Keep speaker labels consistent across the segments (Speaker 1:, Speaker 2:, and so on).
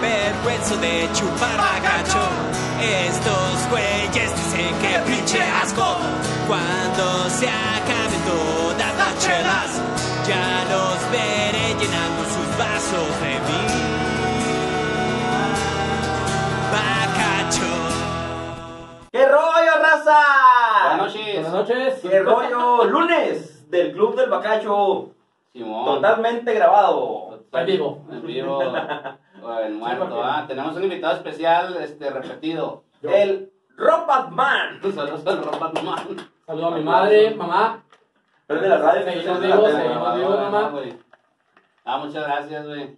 Speaker 1: vergüenzo de chupar gacho Estos güeyes dicen que pinche asco. Cuando se acaben todas las chelas, ya los veré llenando sus vasos de mí. Bacacho.
Speaker 2: ¡Qué rollo, raza!
Speaker 3: Buenas noches.
Speaker 4: Buenas noches.
Speaker 2: ¡Qué rollo! Lunes del Club del Bacacho.
Speaker 3: Simón.
Speaker 2: Totalmente grabado.
Speaker 4: En vivo.
Speaker 3: En vivo. O en muerto. Ah, tenemos un invitado especial, este, repetido.
Speaker 4: Yo.
Speaker 2: El Robat Man.
Speaker 3: Saludos al Robot Man.
Speaker 4: Saludo a mi madre, mamá.
Speaker 2: Pero es de la radio.
Speaker 4: Seguimos
Speaker 2: no es de la
Speaker 4: vivos,
Speaker 2: tele.
Speaker 4: seguimos. adiós,
Speaker 3: Ah,
Speaker 4: mamá.
Speaker 3: güey. Ah, muchas gracias, güey.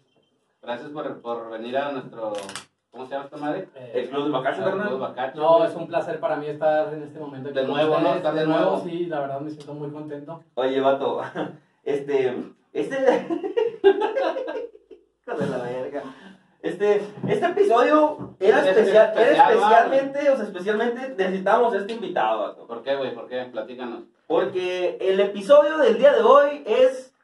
Speaker 3: Gracias por, por venir a nuestro. ¿Cómo se llama esta madre?
Speaker 2: El Club del Bacacho,
Speaker 3: Los
Speaker 2: carnal.
Speaker 3: Bacacho,
Speaker 4: Eh, No,
Speaker 3: güey.
Speaker 4: es un placer para mí estar en este momento. aquí
Speaker 3: De
Speaker 4: con
Speaker 3: nuevo, ¿no?
Speaker 4: ustedes.
Speaker 3: Estar de
Speaker 4: de
Speaker 3: nuevo.
Speaker 4: nuevo. Sí, la verdad me siento muy contento.
Speaker 2: Oye, vato. Este. Este. Hijo de la verga. Este, este episodio era
Speaker 3: Este es
Speaker 2: especial, era
Speaker 3: especial,
Speaker 2: especialmente, o sea, especialmente necesitábamos este invitado, vato.
Speaker 3: ¿Por qué, güey? ¿Por qué? Platícanos.
Speaker 2: Porque el episodio del día de hoy es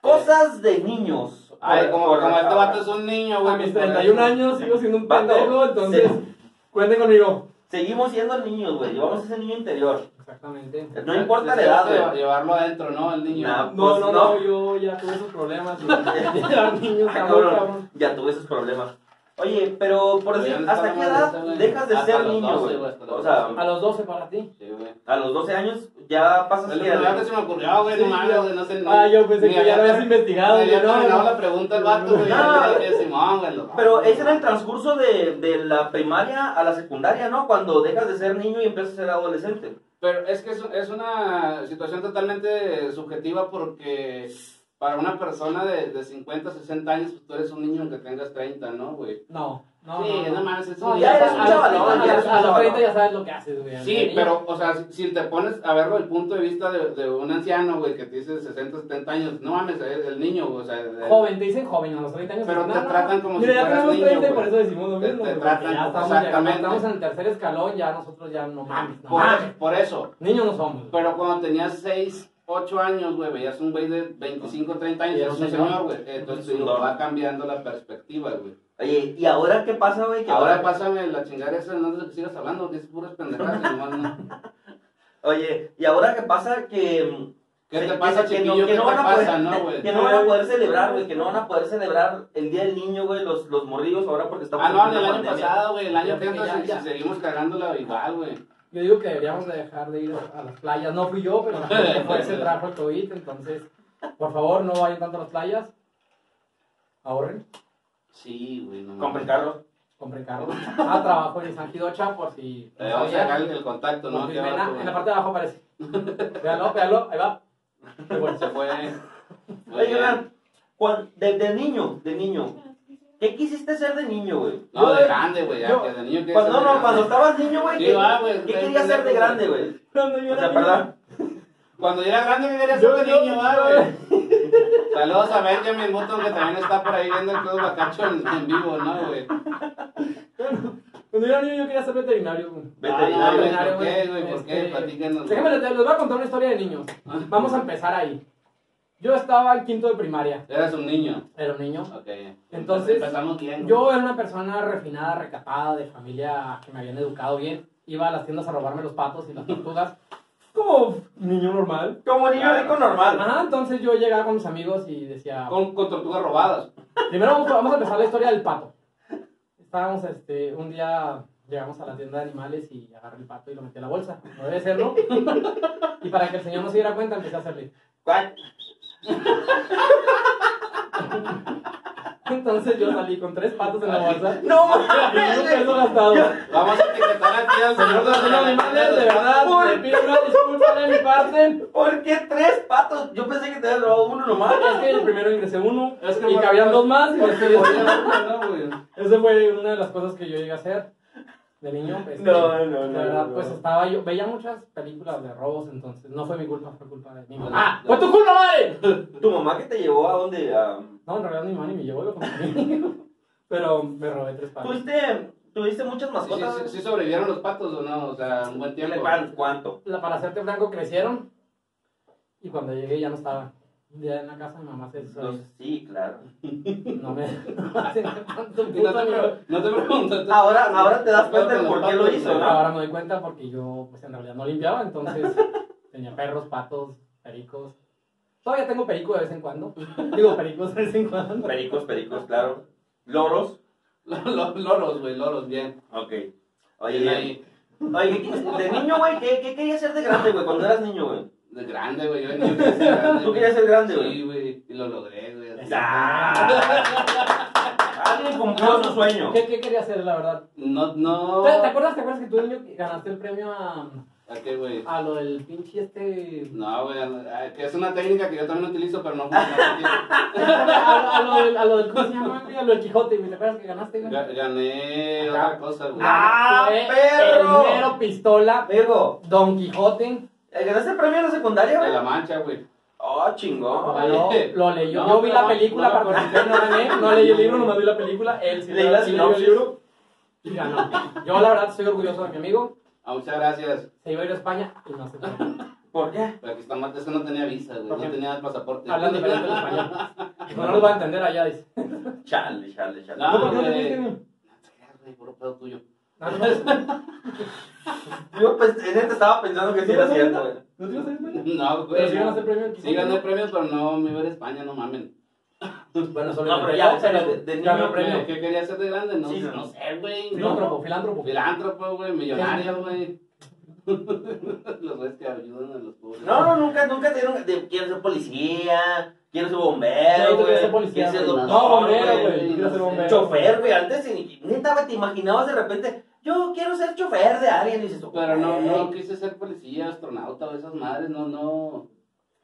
Speaker 2: cosas de niños.
Speaker 3: Ay, como,
Speaker 2: Por-
Speaker 3: como este vato es un niño, güey.
Speaker 4: A mis
Speaker 3: pues, por
Speaker 4: 31
Speaker 3: eso.
Speaker 4: años sigo siendo un
Speaker 2: Vato,
Speaker 4: pendejo, entonces
Speaker 2: sí.
Speaker 4: cuenten conmigo.
Speaker 2: Seguimos siendo niños, güey. Llevamos ese niño interior.
Speaker 4: Exactamente.
Speaker 2: No importa la
Speaker 3: Necesitas
Speaker 2: edad,
Speaker 3: llevar-
Speaker 2: güey.
Speaker 3: Llevarlo adentro, ¿no? El niño.
Speaker 2: Nah.
Speaker 4: No,
Speaker 2: Pues no.
Speaker 4: no, no, yo ya tuve esos problemas. y- Ya, niños,
Speaker 2: Ah,
Speaker 4: cabrón,
Speaker 2: cabrón,
Speaker 4: cabrón.
Speaker 2: Ya tuve esos problemas. Oye, pero por
Speaker 3: Pero ya
Speaker 2: decir,
Speaker 3: no
Speaker 2: ¿hasta
Speaker 3: está
Speaker 2: qué
Speaker 3: la
Speaker 2: edad
Speaker 3: madre, güey.
Speaker 2: dejas de
Speaker 3: Hasta
Speaker 2: ser
Speaker 3: los
Speaker 2: niño,
Speaker 3: 12,
Speaker 2: güey?
Speaker 3: güey, hasta los
Speaker 2: O sea,
Speaker 3: 12.
Speaker 4: A los 12 para ti.
Speaker 3: Sí, güey.
Speaker 2: a los 12 años ya pasas
Speaker 3: Es lo
Speaker 2: que-
Speaker 3: primero que se me ocurrió, güey, no
Speaker 4: Sí,
Speaker 3: mames,
Speaker 4: yo-
Speaker 3: güey, no sé. no-
Speaker 4: Ah, yo pensé
Speaker 3: ni
Speaker 4: que ya lo
Speaker 3: había-
Speaker 4: habías investigado,
Speaker 3: ni había
Speaker 4: yo no,
Speaker 3: terminado
Speaker 4: no.
Speaker 3: la pregunta el vato, güey.
Speaker 2: No.
Speaker 3: yo dije, Simón, güey, lo-
Speaker 2: Pero ese era el transcurso de, de la primaria a la secundaria, ¿no? Cuando dejas de ser niño y empiezas a ser adolescente.
Speaker 3: Pero es que es, es una situación totalmente subjetiva porque para una persona de, de 50, 60 años, pues, tú eres un niño aunque tengas 30, ¿no, güey?
Speaker 4: No, no.
Speaker 3: Sí,
Speaker 4: no,
Speaker 3: no mames, es
Speaker 4: No,
Speaker 3: un
Speaker 4: ya
Speaker 2: ya
Speaker 3: niño,
Speaker 4: eres
Speaker 2: eres
Speaker 4: un
Speaker 2: un
Speaker 3: güey.
Speaker 2: chavalón,
Speaker 4: chavalón.
Speaker 2: ya eres un
Speaker 4: A los
Speaker 2: chavalón.
Speaker 4: 30 ya sabes lo que haces, güey.
Speaker 3: Sí,
Speaker 4: Niño.
Speaker 3: pero, o sea, si, si te pones a verlo el punto de vista de, de un anciano, güey, que te dice 60, 70 años, no mames, el, el niño, güey, o sea, el-
Speaker 4: Joven, te dicen joven a los 30 años.
Speaker 3: Pero
Speaker 4: no,
Speaker 3: te
Speaker 4: no,
Speaker 3: tratan
Speaker 4: no.
Speaker 3: como
Speaker 4: Mira,
Speaker 3: si
Speaker 4: ya
Speaker 3: fueras
Speaker 4: tenemos
Speaker 3: niño,
Speaker 4: 30 y por
Speaker 3: güey.
Speaker 4: eso decimos lo
Speaker 3: Te-
Speaker 4: mismo.
Speaker 3: te
Speaker 4: porque
Speaker 3: tratan
Speaker 4: ya estamos,
Speaker 3: exactamente.
Speaker 4: llegando, estamos en el tercer escalón, ya nosotros ya no mames, no
Speaker 3: por,
Speaker 4: mames.
Speaker 3: por eso,
Speaker 4: Niños no somos.
Speaker 3: Pero cuando tenías 6, 8 años, güey, veías un güey de 25, 30 años,
Speaker 4: Y
Speaker 3: eras un señor, güey. Entonces, te digo,
Speaker 2: No.
Speaker 3: va cambiando la perspectiva, güey.
Speaker 2: Oye, ¿y ahora qué pasa, güey? Que
Speaker 3: Ahora pásame la chingada esa, no sé que sigas hablando, que es puras pendejadas, nomás, ¿no?
Speaker 2: Oye, ¿y ahora qué pasa que...
Speaker 3: ¿Qué
Speaker 2: que-
Speaker 3: te pasa,
Speaker 2: que- que
Speaker 3: chiquillo? ¿Qué te
Speaker 2: van a poder-
Speaker 3: pasa, no, güey?
Speaker 2: Que no van a poder celebrar, güey, que no van a poder celebrar el Día del Niño, güey, los, los morrillos ahora porque estamos
Speaker 3: Ah, no,
Speaker 2: en
Speaker 3: del
Speaker 2: la
Speaker 3: año
Speaker 2: pandemia.
Speaker 3: pasado, güey, el año
Speaker 4: Ya,
Speaker 3: que entra,
Speaker 4: ya,
Speaker 3: si-
Speaker 4: ya.
Speaker 3: si seguimos cagándola igual, güey.
Speaker 4: Yo digo que deberíamos de dejar de ir a las playas. No fui yo, pero la gente que fue se trajo el COVID, entonces, por favor, no vayan tanto a las playas. Ahorren,
Speaker 3: Sí, güey, no.
Speaker 2: Compren
Speaker 3: mames.
Speaker 2: carros.
Speaker 4: compren carro. Ah, trabajo en San Gidocha, por si no
Speaker 3: Eh, Vamos a
Speaker 4: sabían.
Speaker 3: sacar el el contacto,
Speaker 4: Por
Speaker 3: ¿no?
Speaker 4: si
Speaker 3: Qué
Speaker 4: ven, ah,
Speaker 3: barco,
Speaker 4: en la
Speaker 3: güey.
Speaker 4: parte de abajo aparece. Véanlo, véanlo, ahí va. Qué bueno.
Speaker 3: Se fue. Muy
Speaker 2: Oye,
Speaker 3: bien.
Speaker 2: Hernán, cuan- de, de niño, de niño, ¿qué quisiste ser de niño, güey?
Speaker 3: No, de
Speaker 4: Yo-
Speaker 3: grande, güey, ya,
Speaker 4: yo-
Speaker 3: que de niño que
Speaker 2: Cuando, no, no, cuando estabas niño, güey,
Speaker 3: Sí,
Speaker 2: ¿qué,
Speaker 3: va, güey,
Speaker 2: qué
Speaker 3: ven,
Speaker 2: querías ser de
Speaker 3: ven,
Speaker 2: grande, güey?
Speaker 4: Cuando yo
Speaker 2: O sea,
Speaker 4: era niño,
Speaker 2: perdón.
Speaker 3: Cuando yo era grande me quería
Speaker 4: Yo-
Speaker 3: ser de
Speaker 4: yo-
Speaker 3: niño, va, güey. Saludos a Benjamin Button que también está por ahí viendo el Club Bacacho en, en vivo, ¿no, güey?
Speaker 4: Ah, Cuando yo era niño yo quería ser veterinario. güey.
Speaker 3: Ah,
Speaker 2: Veterinario,
Speaker 3: güey,
Speaker 2: güey.
Speaker 3: ¿por qué, güey? ¿Por qué? Ah.
Speaker 4: Este,
Speaker 3: Platíquenos.
Speaker 4: Déjame, les, les voy a contar una historia de niños. Vamos a empezar ahí. Yo estaba en quinto de primaria,
Speaker 3: Eras un niño.
Speaker 4: era un niño.
Speaker 3: Ok.
Speaker 4: Entonces,
Speaker 3: Empezamos bien.
Speaker 4: Yo era una persona refinada, recatada, de familia que me habían educado bien. Iba a las tiendas a robarme los patos y las tortugas. Como niño normal.
Speaker 2: Como niño rico normal.
Speaker 4: Ajá, entonces yo llegaba con mis amigos y decía...
Speaker 3: Con, con tortugas robadas.
Speaker 4: Primero vamos, vamos a empezar la historia del pato. Estábamos, este, un día llegamos a la tienda de animales y agarré el pato y lo metí a la bolsa. No debe serlo. Y para que el señor no se diera cuenta, empecé a hacerle.
Speaker 2: ¿Cuál?
Speaker 4: Entonces yo salí con tres patos en la bolsa.
Speaker 2: No,
Speaker 4: Y un
Speaker 2: mames,
Speaker 4: peso
Speaker 2: güey.
Speaker 4: gastado.
Speaker 3: Vamos a etiquetar aquí al
Speaker 4: Señor
Speaker 3: señor
Speaker 4: de los animales, de verdad, le pido una disculpa de mi parte.
Speaker 2: ¿Por qué tres patos? Yo pensé que te habías robado uno nomás.
Speaker 4: Es que primero ingresé uno
Speaker 3: Es que pues,
Speaker 4: y
Speaker 3: por-
Speaker 4: cabían dos más. Y
Speaker 3: Porque
Speaker 4: después-
Speaker 3: no, güey.
Speaker 4: Esa fue una de las cosas que yo llegué a hacer de niño. este,
Speaker 2: No, no, no,
Speaker 4: La verdad,
Speaker 2: no.
Speaker 4: pues estaba yo. Veía muchas películas de robos, entonces no fue mi culpa, fue culpa de mi mamá.
Speaker 3: Ah,
Speaker 4: ¡Fue tu culpa, madre!
Speaker 2: este, ¿Tu mamá que te llevó a dónde? A...
Speaker 4: No, en realidad mi mamá ni me llevó, yo conmigo. Pero me robé tres palos.
Speaker 2: ¿Tuviste, tuviste muchas
Speaker 3: Sí,
Speaker 2: mascotas?
Speaker 3: sí, sí sobrevivieron los patos o no, o sea, un buen tiempo.
Speaker 2: ¿Cuán- ¿Cuánto?
Speaker 4: La, para serte franco, crecieron. Y cuando llegué ya no estaban. Un día en la casa de mi mamá se
Speaker 2: Los-
Speaker 4: deshizo.
Speaker 2: sí, claro.
Speaker 4: No me. No hace tanto
Speaker 3: Y No
Speaker 4: puto
Speaker 3: te,
Speaker 4: amigo.
Speaker 3: pre- no te preguntaste.
Speaker 4: Ah,
Speaker 2: Ahora, ahora te das cuenta de por qué lo hizo,
Speaker 4: Pero
Speaker 2: ¿no?
Speaker 4: ahora me doy cuenta porque yo, pues en realidad no limpiaba, entonces tenía perros, patos, pericos. Todavía tengo perico de vez en cuando. Digo, pericos de vez en cuando.
Speaker 2: Pericos, pericos, claro. Loros,
Speaker 3: Los loros, güey, loros, bien.
Speaker 2: ok.
Speaker 3: Bien
Speaker 2: Oye, eh,
Speaker 3: ahí.
Speaker 2: oye, ¿qué quieres- de niño, güey, ¿qué, ¿qué querías ser de grande, güey, cuando eras niño, güey?
Speaker 3: De grande, güey. Yo de niño quería ser grande.
Speaker 2: Tú
Speaker 3: güey.
Speaker 2: querías ser grande, güey.
Speaker 3: Sí, güey. Y lo logré, güey. así.
Speaker 2: Ah. Alguien cumplió su sueño.
Speaker 4: ¿Qué, qué quería hacer, la verdad?
Speaker 3: No, no.
Speaker 4: ¿Te, te acuerdas, ¿Te acuerdas que tú de niño ganaste el premio a,
Speaker 3: ¿A qué, güey?
Speaker 4: a lo del pinche este.
Speaker 3: No, güey. a- Que es una técnica que yo también utilizo, pero no funciona.
Speaker 4: A, a lo del, a lo del. ¿Cómo se llama, güey? A lo del Quijote, güey. ¿Te acuerdas que ganaste, güey?
Speaker 3: Ga- Gané
Speaker 4: Ajá.
Speaker 3: otra cosa, güey.
Speaker 2: ¡Ah,
Speaker 4: Fue
Speaker 2: perro!
Speaker 4: El mero pistola,
Speaker 2: Amigo,
Speaker 4: Don Quijote.
Speaker 2: ¿eh, ¿ganaste el premio en la secundaria,
Speaker 3: De la
Speaker 2: güey?
Speaker 3: mancha, güey.
Speaker 2: Oh, chingón.
Speaker 4: Lo, lo leyó.
Speaker 3: No,
Speaker 4: Yo vi
Speaker 3: pero
Speaker 4: la película
Speaker 3: no,
Speaker 4: para
Speaker 3: no,
Speaker 4: conocer, no gané. No leí el libro, nomás vi la película. Él sí
Speaker 2: Leí la
Speaker 4: sí leyó
Speaker 2: sinopsis.
Speaker 4: el libro. Y ganó. Yo, la verdad, estoy orgulloso de mi amigo.
Speaker 3: Ah, muchas gracias.
Speaker 4: Se iba a ir a España y no se fue.
Speaker 2: ¿Por qué?
Speaker 3: Pero aquí está mal. Es que no tenía visa, güey.
Speaker 4: ¿Por qué?
Speaker 3: No tenía pasaporte.
Speaker 4: Hablan diferente el español. Pues No nos va a entender allá, dice.
Speaker 2: Chale, chale, chale.
Speaker 3: No,
Speaker 4: ¿Tú por qué no
Speaker 3: güey.
Speaker 4: te fuiste, güey?
Speaker 3: No te creas, Ah, güey. Puro pedo tuyo.
Speaker 4: No, no, no.
Speaker 2: Yo pues, en este estaba pensando que sí era cierto, güey.
Speaker 4: ¿No te ibas a ir a España?
Speaker 3: No, güey.
Speaker 4: Pero sí
Speaker 3: no.
Speaker 4: ganaste el premio del
Speaker 3: Sí,
Speaker 4: Quijote,
Speaker 3: gané
Speaker 4: ¿no?
Speaker 3: premios, pero no me iba a ir a España, no mamen.
Speaker 4: Bueno, solo
Speaker 2: No,
Speaker 4: gané.
Speaker 2: pero ya, pero
Speaker 4: pero
Speaker 2: de- de
Speaker 4: ganó
Speaker 2: niño,
Speaker 4: el
Speaker 3: ¿Qué,
Speaker 4: premio.
Speaker 3: qué quería ser de grande? No,
Speaker 2: Sí, no.
Speaker 3: no sé, güey.
Speaker 4: Filántropo, filántropo.
Speaker 3: Filántropo, güey, millonario,
Speaker 4: Sí.
Speaker 3: güey. los güeyes que ayudan a los pobres.
Speaker 2: No, no, nunca, nunca te dieron. de- quiero ser policía, quiero ser bombero,
Speaker 4: Sí, tú quieres
Speaker 2: güey.
Speaker 4: ser policía,
Speaker 2: quiero ser
Speaker 4: güey.
Speaker 2: doctor.
Speaker 4: No, bombero,
Speaker 2: güey.
Speaker 4: güey. Quiero ser
Speaker 3: No sé.
Speaker 4: bombero.
Speaker 2: Chofer, güey. Antes, ni- neta, güey, te imaginabas de repente, yo quiero ser chofer de alguien. Y dices, tú,
Speaker 3: Pero no, no
Speaker 2: "Ey,
Speaker 3: quise ser policía, astronauta o esas madres, no, no.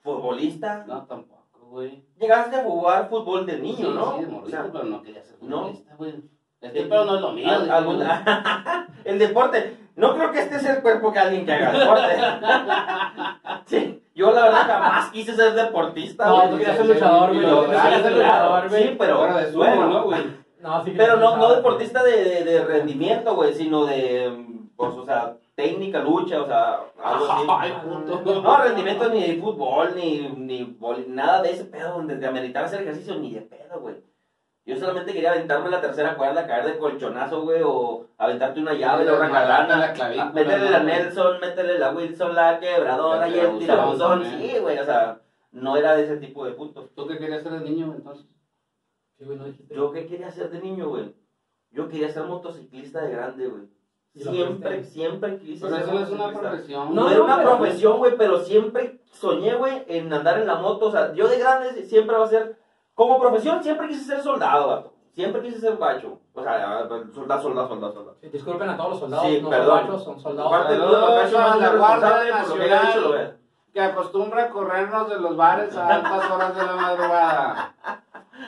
Speaker 2: Futbolista.
Speaker 3: No, tampoco, güey.
Speaker 2: Llegaste a jugar fútbol de niño,
Speaker 3: Sí,
Speaker 2: ¿no?
Speaker 3: Sí, de morrito,
Speaker 2: O sea,
Speaker 3: pero no quería ser
Speaker 2: ¿no?
Speaker 3: futbolista, güey. Este pedo no es lo mío.
Speaker 2: al-
Speaker 3: dije,
Speaker 2: algún-
Speaker 3: güey.
Speaker 2: el deporte. No creo que este sea el cuerpo que alguien que haga deporte. sí, yo la verdad jamás quise ser deportista.
Speaker 4: No,
Speaker 2: güey.
Speaker 4: tú querías ser luchador,
Speaker 3: Y
Speaker 4: güey.
Speaker 3: lo
Speaker 4: Tú querías ser
Speaker 3: lograste,
Speaker 4: luchador,
Speaker 2: Sí,
Speaker 4: güey.
Speaker 2: pero
Speaker 3: Pero de sumo,
Speaker 2: bueno,
Speaker 3: ¿no, güey?
Speaker 4: No, sí que
Speaker 2: Pero no, no
Speaker 4: luchador.
Speaker 2: deportista de, de, de rendimiento, güey, sino de, mm, pues, o sea, técnica, lucha, o sea, algo así.
Speaker 3: Ay, puto.
Speaker 2: No, rendimiento ni de fútbol, ni, ni boli- nada de ese pedo, donde de ameritar hacer ejercicio, ni de pedo, güey. Yo solamente quería aventarme la tercera cuerda, caer de colchonazo, güey, o aventarte una llave, la otra
Speaker 3: Desmadrarte
Speaker 2: carrana.
Speaker 3: la clavícula,
Speaker 2: Métele
Speaker 3: ¿no,
Speaker 2: la
Speaker 3: güey?
Speaker 2: Nelson, métele la Wilson, la quebradora
Speaker 3: La
Speaker 2: y el tirabuzón.
Speaker 3: tirabuzón,
Speaker 2: Sí,
Speaker 3: eh.
Speaker 2: güey, o sea, no era de ese tipo de puntos.
Speaker 3: ¿Tú qué querías ser de niño, entonces?
Speaker 4: Sí, güey, no dijiste.
Speaker 2: ¿Yo qué quería hacer de niño, güey? Yo quería ser motociclista de grande, güey.
Speaker 4: Y lo
Speaker 2: Siempre,
Speaker 4: fuiste.
Speaker 2: siempre quise
Speaker 3: Pero
Speaker 2: ser
Speaker 3: eso no es una
Speaker 2: motociclista.
Speaker 3: profesión.
Speaker 4: No,
Speaker 2: No era una
Speaker 4: pero-
Speaker 2: profesión, güey, pero siempre soñé, güey, en andar en la moto. O sea, yo de grande siempre va a ser... Como profesión siempre quise ser soldado, vato. Siempre quise ser bacho. O sea, pues, soldado, soldado, soldado, soldado.
Speaker 4: Sí, Disculpen a todos los soldados,
Speaker 2: Sí,
Speaker 4: no
Speaker 2: perdón.
Speaker 4: son machos, son soldados.
Speaker 2: Aparte, tú,
Speaker 3: saludos
Speaker 2: papá, yo
Speaker 3: a
Speaker 2: más
Speaker 3: la
Speaker 2: responsable
Speaker 3: Guardia
Speaker 2: por lo que haya hecho,
Speaker 3: Nacional.
Speaker 2: güey.
Speaker 3: que acostumbra a corrernos de los bares a altas horas de la madrugada.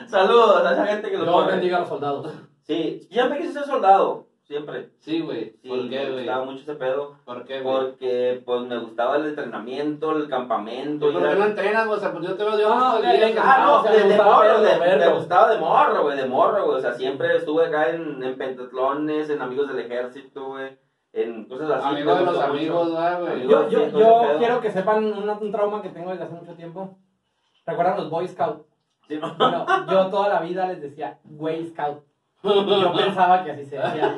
Speaker 2: Saludos a esa gente que lo
Speaker 4: Dios
Speaker 2: corre.
Speaker 4: bendiga a los soldados.
Speaker 2: Sí, siempre quise ser soldado. Siempre.
Speaker 3: Sí, güey.
Speaker 2: Sí,
Speaker 3: ¿Por qué,
Speaker 2: me
Speaker 3: güey?
Speaker 2: gustaba mucho ese pedo.
Speaker 3: ¿Por qué, güey?
Speaker 2: Porque pues me gustaba el entrenamiento, el campamento.
Speaker 3: ¿Por
Speaker 2: ir
Speaker 3: qué
Speaker 2: a-
Speaker 3: no entrenas, güey? O sea, pues yo te veo de
Speaker 4: No,
Speaker 3: ojos
Speaker 4: le- le-
Speaker 2: Ah, no,
Speaker 4: o sea,
Speaker 2: de,
Speaker 4: me
Speaker 2: de
Speaker 4: gustaba
Speaker 2: morro,
Speaker 4: verlo,
Speaker 2: de- me
Speaker 4: verlo.
Speaker 2: gustaba de morro, güey, de morro, güey. O sea, siempre estuve acá en, en pentatlones, en amigos del ejército, güey. En cosas así.
Speaker 3: Amigo de
Speaker 2: me
Speaker 3: los
Speaker 2: gustó
Speaker 3: amigos,
Speaker 2: mucho.
Speaker 3: ¿verdad, güey?
Speaker 2: Yo- sí,
Speaker 4: Yo, yo,
Speaker 2: no
Speaker 4: yo
Speaker 2: sé pedo.
Speaker 4: quiero que sepan un, un trauma que tengo desde hace mucho tiempo. ¿Recuerdan los Boy Scout?
Speaker 2: Sí, ¿no?
Speaker 4: Bueno, yo toda la vida les decía Way Scout. Yo pensaba que así se decía.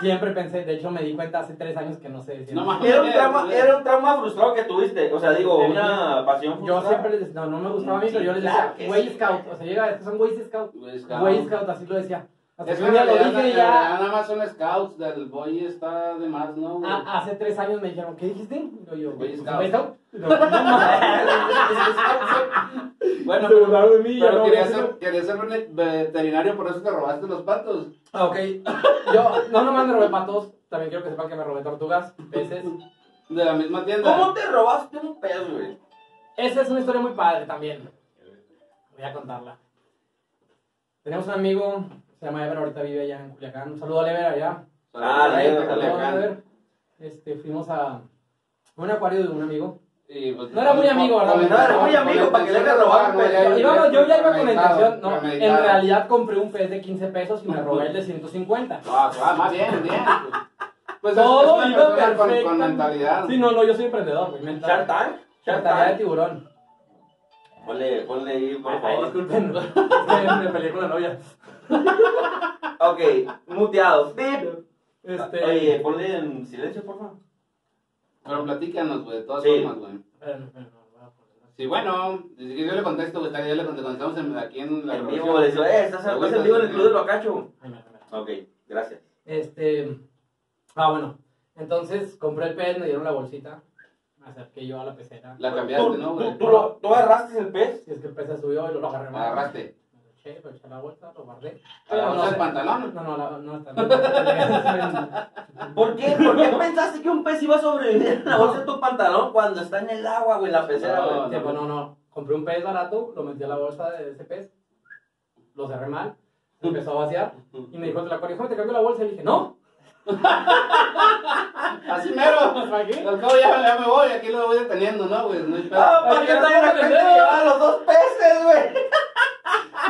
Speaker 4: Siempre pensé, de hecho me di cuenta hace tres años que no se decía.
Speaker 3: No mames.
Speaker 2: Era un, trauma, era un trauma frustrado que tuviste, o sea, digo,
Speaker 4: Sí.
Speaker 2: una pasión
Speaker 4: yo
Speaker 2: frustrada.
Speaker 4: siempre les decía, no, no me gustaba a mí, pero yo les decía
Speaker 2: Claro que
Speaker 4: Way
Speaker 2: sí.
Speaker 4: Scout. O sea, llega, estos son Way Scout.
Speaker 3: Güey, scout.
Speaker 4: Way Scout, así lo decía. Hasta
Speaker 3: Es
Speaker 4: que
Speaker 3: que
Speaker 4: un día lo dije y ya.
Speaker 3: nada más son scouts, del boy está de más, ¿no, güey?
Speaker 4: Ah, hace tres años me dijeron, ¿qué dijiste? Y yo, yo,
Speaker 3: Boy
Speaker 4: pues,
Speaker 3: Scout.
Speaker 4: Boy Scout. Y yo, no mames.
Speaker 3: bueno,
Speaker 4: Se burlaron de mí, ya
Speaker 3: pero
Speaker 4: no
Speaker 3: querías
Speaker 4: voy a
Speaker 3: ser, querías ser vene- veterinario, por eso te robaste los patos.
Speaker 4: Ah, ok. Yo no nomás me robé patos, también quiero que sepan que me robé tortugas, peces.
Speaker 3: De la misma tienda.
Speaker 2: ¿Cómo te robaste un pez, güey?
Speaker 4: Esa es una historia muy padre también. Voy a contarla. Tenemos un amigo, se llama Ever, ahorita vive allá en Culiacán. Un saludo a Ever allá.
Speaker 2: Ah, la
Speaker 3: Saludos,
Speaker 2: neta,
Speaker 3: Culiacán.
Speaker 4: Saludos a Ever. Este, fuimos a un acuario de un amigo.
Speaker 3: Y, pues,
Speaker 4: No era muy amigo, ¿verdad?
Speaker 3: Con-
Speaker 4: No era
Speaker 2: muy amigo,
Speaker 3: con-
Speaker 2: para que le haga robar,
Speaker 3: No,
Speaker 2: güey.
Speaker 3: ya iba-
Speaker 4: Y vamos, yo ya Pues, iba con la
Speaker 3: Eh, premeditado,
Speaker 4: intención, no, en
Speaker 3: premeditado.
Speaker 4: realidad compré un pez de 15 pesos y me robé el de 150.
Speaker 3: Ah, ah, más bien, bien. Pues
Speaker 4: Todo
Speaker 3: es, es
Speaker 4: iba
Speaker 3: una persona con,
Speaker 4: perfecto.
Speaker 3: con mentalidad.
Speaker 4: Sí, no, no, yo soy emprendedor, güey,
Speaker 2: ¿Shark
Speaker 4: mental.
Speaker 2: Tank? ¿Shark
Speaker 4: Mentalidad de
Speaker 2: Tank?
Speaker 4: tiburón.
Speaker 2: Ponle, ponle ahí, por
Speaker 4: Ay,
Speaker 2: favor.
Speaker 4: disculpen, es que me peleé con la novia.
Speaker 2: Ok, muteados. Bip.
Speaker 4: Este,
Speaker 2: Oye,
Speaker 3: pues-
Speaker 2: ponle en silencio, por favor.
Speaker 3: Pero platícanos, güey, de todas
Speaker 2: Sí.
Speaker 3: formas, güey.
Speaker 4: espérame, espérame, voy a poner así.
Speaker 3: Sí, bueno, desde que yo le contesto, güey, está- yo le contestamos en- aquí en la
Speaker 2: En vivo,
Speaker 3: grabación.
Speaker 2: les digo, eh, estás, estás en vivo en el club de Locacho.
Speaker 4: Ay, mira, mira.
Speaker 2: Ok, gracias.
Speaker 4: Este, ah, bueno, entonces compré el pez, me dieron la bolsita, me acerqué yo a la pecera.
Speaker 3: La cambiaste, ¿no,
Speaker 2: ¿Tú-
Speaker 3: güey?
Speaker 2: tú- tú lo- ¿Tú agarraste el pez?
Speaker 4: Si es que el pez se subió y lo agarré.
Speaker 3: La agarraste.
Speaker 4: Me lo eché, lo eché a la bolsa, lo guardé.
Speaker 3: A la
Speaker 4: Pero
Speaker 3: bolsa
Speaker 4: no
Speaker 3: del
Speaker 4: sé-
Speaker 3: pantalón.
Speaker 4: No, no, la, no, está bien.
Speaker 2: ¿Por qué? ¿Por qué pensaste que un pez iba a sobrevivir en la bolsa de tu pantalón cuando está en el agua, güey, en la pecera, güey?
Speaker 3: No,
Speaker 4: Tipo, no, no. Compré un pez barato, lo metí a la bolsa de ese pez, lo cerré mal, empezó a vaciar y me dijo, te la conejo, te cambio la bolsa. Y le dije, no,
Speaker 3: Así mero.
Speaker 4: ¿para qué?
Speaker 3: Al cabo ya, ya me voy, aquí lo voy deteniendo, ¿no, güey? No hay pedo.
Speaker 2: ¡Ah, para que no me cuenta que llevaba los dos peces, güey!